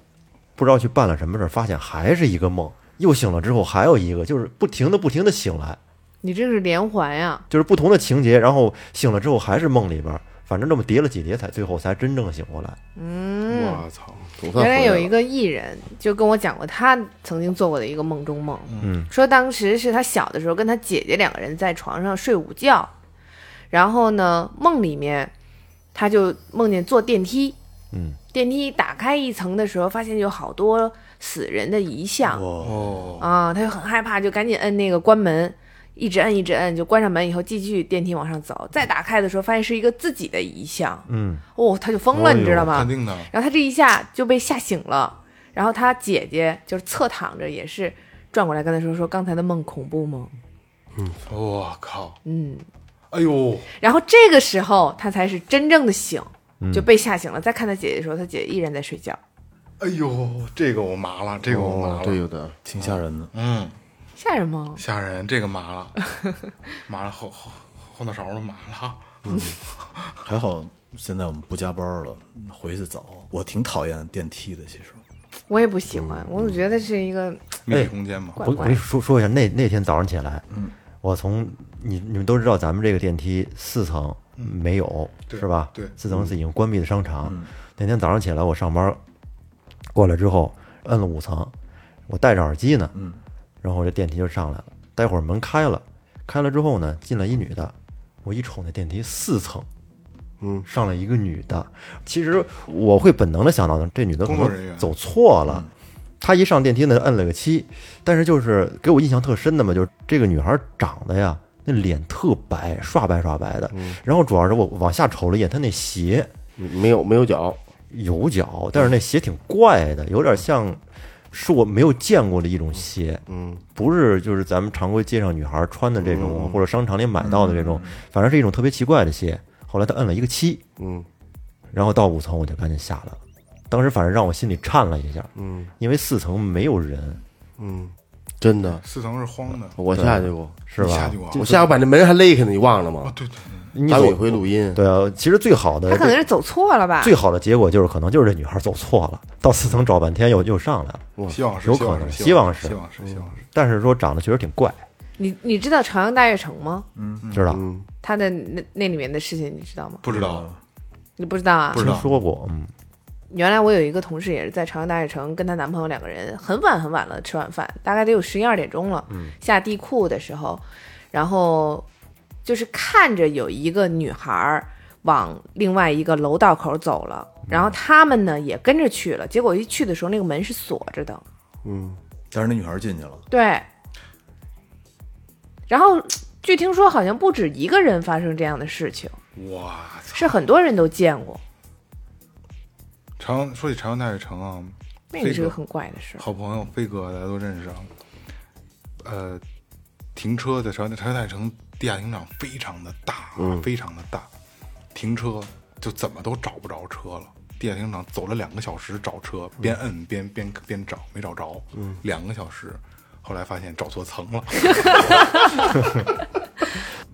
[SPEAKER 5] 不知道去办了什么事儿，发现还是一个梦，又醒了之后还有一个，就是不停的不停的醒来，
[SPEAKER 7] 你这是连环啊呀、
[SPEAKER 5] 就是不同的情节，然后醒了之后还是梦里边儿，反正这么叠了几叠才最后才真正醒过来。
[SPEAKER 7] 嗯，
[SPEAKER 3] 我操，
[SPEAKER 4] 总算
[SPEAKER 7] 原来
[SPEAKER 4] 回
[SPEAKER 7] 有
[SPEAKER 4] 来
[SPEAKER 7] 一
[SPEAKER 4] 了
[SPEAKER 7] 个艺人就跟我讲过，他曾经做过的一个梦中梦，
[SPEAKER 5] 嗯，
[SPEAKER 7] 说当时是他小的时候跟他姐姐两个人在床上睡午觉，然后呢，梦里面他就梦见坐电梯，
[SPEAKER 5] 嗯，
[SPEAKER 7] 电梯打开一层的时候，发现有好多死人的遗像，
[SPEAKER 3] 哦，
[SPEAKER 7] 啊，他就很害怕，就赶紧摁那个关门，一直摁一直摁，就关上门以后继续电梯往上走。再打开的时候，发现是一个自己的遗像，
[SPEAKER 5] 嗯，
[SPEAKER 7] 哦，他就疯了，
[SPEAKER 5] 哎呦
[SPEAKER 7] 你知道
[SPEAKER 3] 肯
[SPEAKER 7] 吗？
[SPEAKER 3] 定的，
[SPEAKER 7] 然后他这一下就被吓醒了，然后他姐姐就是侧躺着，也是转过来跟他说说刚才的梦恐怖吗？
[SPEAKER 3] 我靠，
[SPEAKER 7] 嗯，
[SPEAKER 3] 哎呦，
[SPEAKER 7] 然后这个时候他才是真正的醒，就被吓醒了。再看他姐姐的时候，他姐姐依然在睡觉。
[SPEAKER 3] 哎呦，这个我麻了，这个我麻
[SPEAKER 4] 哦
[SPEAKER 3] 了，，
[SPEAKER 4] 这有点
[SPEAKER 6] 挺吓人的，
[SPEAKER 3] 嗯，
[SPEAKER 7] 吓人吗？
[SPEAKER 3] 吓人，这个麻了，麻了后后后脑勺都麻了，
[SPEAKER 6] 还好现在我们不加班了，回去早。我挺讨厌电梯的，其实
[SPEAKER 7] 我也不喜欢，我总觉得是一个
[SPEAKER 3] 密闭空间嘛，
[SPEAKER 7] 怪
[SPEAKER 5] 我我
[SPEAKER 7] 怪
[SPEAKER 5] 跟你说说一下，那那天早上起来，
[SPEAKER 3] 嗯
[SPEAKER 5] 我从你你们都知道，咱们这个电梯四层没有、
[SPEAKER 3] 嗯对
[SPEAKER 5] 是吧？
[SPEAKER 3] 对嗯
[SPEAKER 5] 四层是已经关闭的商场。那天早上起来，我上班过来之后，摁了五层，我戴着耳机呢，然后这电梯就上来了。待会儿门开了，开了之后呢，进来一女的，我一瞅那电梯四层。嗯，上来一个女的，其实我会本能的想到呢，这女的可
[SPEAKER 3] 工作人员嗯
[SPEAKER 5] 能走错了，她一上电梯呢，摁了个七，但是就是给我印象特深的嘛，就是这个女孩长得呀，那脸特白，刷白刷白的。
[SPEAKER 3] 嗯
[SPEAKER 5] 然后主要是我往下瞅了一眼，她那鞋
[SPEAKER 4] 没有没有脚，
[SPEAKER 5] 有脚，但是那鞋挺怪的，有点像是我没有见过的一种鞋。
[SPEAKER 4] 嗯，
[SPEAKER 5] 不是就是咱们常规街上女孩穿的这种，或者商场里买到的这种，反正是一种特别奇怪的鞋。后来她摁了一个七，
[SPEAKER 4] 嗯，
[SPEAKER 5] 然后到五层我就赶紧下来了。当时反正让我心里颤了一下，
[SPEAKER 4] 嗯，
[SPEAKER 5] 因为四层没有人，
[SPEAKER 4] 嗯，真的，
[SPEAKER 3] 四层是荒的，
[SPEAKER 4] 我下去过，
[SPEAKER 5] 是
[SPEAKER 3] 你
[SPEAKER 5] 吧
[SPEAKER 3] 下去？过啊
[SPEAKER 4] 我下去把那门还勒开呢，你忘了
[SPEAKER 3] 啊
[SPEAKER 4] 吗？
[SPEAKER 3] 对对，
[SPEAKER 5] 你
[SPEAKER 4] 咱们
[SPEAKER 5] 走
[SPEAKER 4] 有回录音，
[SPEAKER 5] 对啊，其实最好的
[SPEAKER 7] 他可能是走错了吧？
[SPEAKER 5] 最好的结果就是可能就是这女孩走错了，到四层找半天又又上来了。
[SPEAKER 3] 希望
[SPEAKER 5] 嗯
[SPEAKER 3] 是
[SPEAKER 5] 有
[SPEAKER 3] 希望
[SPEAKER 5] 可能
[SPEAKER 3] 是
[SPEAKER 5] 希望
[SPEAKER 3] 是
[SPEAKER 5] 是
[SPEAKER 3] 希望是希望是，
[SPEAKER 5] 但是说长得确实挺怪，
[SPEAKER 7] 你你知道朝阳大悦城吗？
[SPEAKER 5] 知道？
[SPEAKER 4] 嗯，
[SPEAKER 7] 他的那那里面的事情你知道吗？
[SPEAKER 3] 不知道
[SPEAKER 7] 你不知道啊
[SPEAKER 3] 不？知
[SPEAKER 5] 听
[SPEAKER 3] 道
[SPEAKER 5] 说过，嗯，
[SPEAKER 7] 原来我有一个同事也是在朝阳大悦城，跟她男朋友两个人很晚很晚了吃晚饭，大概得有十一二点钟了。下地库的时候，然后就是看着有一个女孩儿往另外一个楼道口走了，然后他们呢也跟着去了，结果一去的时候那个门是锁着的，
[SPEAKER 6] 但是那女孩进去了，
[SPEAKER 7] 对。然后嗯据听说好像不止一个人发生这样的事情，
[SPEAKER 3] 嗯哇操！
[SPEAKER 7] 是很多人都见过，
[SPEAKER 3] 朝阳说起朝阳大悦城啊，
[SPEAKER 7] 那个
[SPEAKER 3] 这
[SPEAKER 7] 是
[SPEAKER 3] 个
[SPEAKER 7] 个很怪的事儿。
[SPEAKER 3] 好朋友飞哥大家都认识啊。呃，停车在朝阳朝阳大悦城地下停车场非常的大，啊
[SPEAKER 5] 嗯
[SPEAKER 3] 非常的大，停车就怎么都找不着车了。地下停车场走了两个小时找车，边摁边边边找，没找着，两个小时，后来发现找错层了。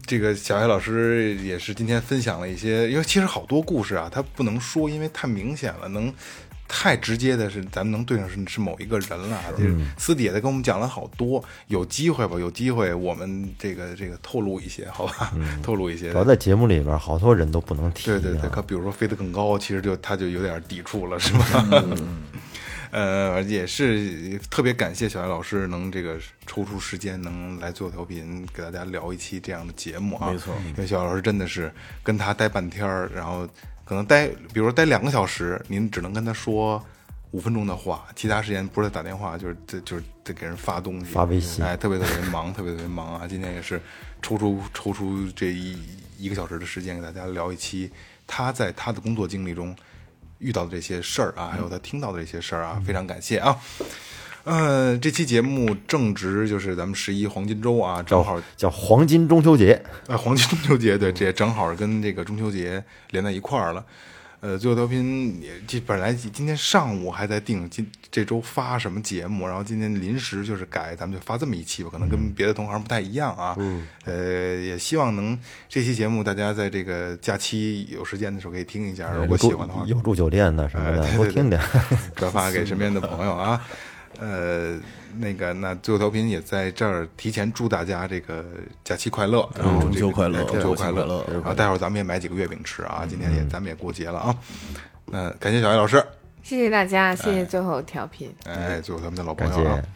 [SPEAKER 3] 这个小艾老师也是今天分享了一些，因为其实好多故事啊，他不能说，因为太明显了，能太直接的是咱们能对上是是某一个人了啊。就是私底下的跟我们讲了好多，有机会吧，有机会我们这个这个透露一些，好吧， 透露一些
[SPEAKER 5] 主。要在节目里边，好多人都不能提、啊。
[SPEAKER 3] 对对对，可比如说飞得更高，其实就他就有点抵触了，是吧？
[SPEAKER 6] 嗯
[SPEAKER 3] 呃，也是特别感谢小艾老师能这个抽出时间能来做调频，给大家聊一期这样的节目啊。
[SPEAKER 6] 没错
[SPEAKER 3] 因为小艾老师真的是跟他待半天儿，然后可能待，比如说待两个小时，您只能跟他说五分钟的话，其他时间不是在打电话，就是这就是得给人发东西、
[SPEAKER 5] 发微信
[SPEAKER 3] 哎，特别特别忙，特 别特别忙啊！今天也是抽出抽出这一一个小时的时间，给大家聊一期他在他的工作经历中遇到的这些事儿啊，
[SPEAKER 5] 嗯
[SPEAKER 3] 还有他听到的这些事儿啊，非常感谢啊。呃，这期节目正值就是咱们十一黄金周啊，正好
[SPEAKER 5] 叫黄金中秋节，
[SPEAKER 3] 啊，黄金中秋节，对，这也正好跟这个中秋节连在一块儿了。呃，最后调频也，这本来今天上午还在定今这周发什么节目，然后今天临时就是改，咱们就发这么一期吧，可能跟别的同行不太一样啊。嗯，呃，也希望能这期节目大家在这个假期有时间的时候可以听一下，如果喜欢的话，
[SPEAKER 5] 有住酒店的什么
[SPEAKER 3] 哎对
[SPEAKER 5] 的，
[SPEAKER 3] 对
[SPEAKER 5] 多听听。
[SPEAKER 3] 转发给身边的朋友啊。呃，那个，那最后调频也在这儿提前祝大家这个假期快乐，然后
[SPEAKER 6] 中
[SPEAKER 3] 这
[SPEAKER 6] 秋
[SPEAKER 3] 个
[SPEAKER 6] 快乐
[SPEAKER 3] 哎中秋
[SPEAKER 6] 国
[SPEAKER 3] 快
[SPEAKER 6] 庆快
[SPEAKER 3] 乐
[SPEAKER 6] 乐。
[SPEAKER 3] 然后待会儿咱们也买几个月饼吃啊，今天也咱们也过节了啊。那感谢小艾老师，
[SPEAKER 7] 谢谢大家，谢谢最后调频，
[SPEAKER 3] 哎，最后调频的老朋
[SPEAKER 5] 感
[SPEAKER 3] 友啊
[SPEAKER 5] 谢，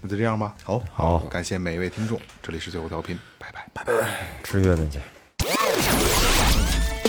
[SPEAKER 3] 那就这样吧。好，
[SPEAKER 5] 好
[SPEAKER 3] 感谢每一位听众，这里是最后调频，拜拜。
[SPEAKER 5] 吃月饼去。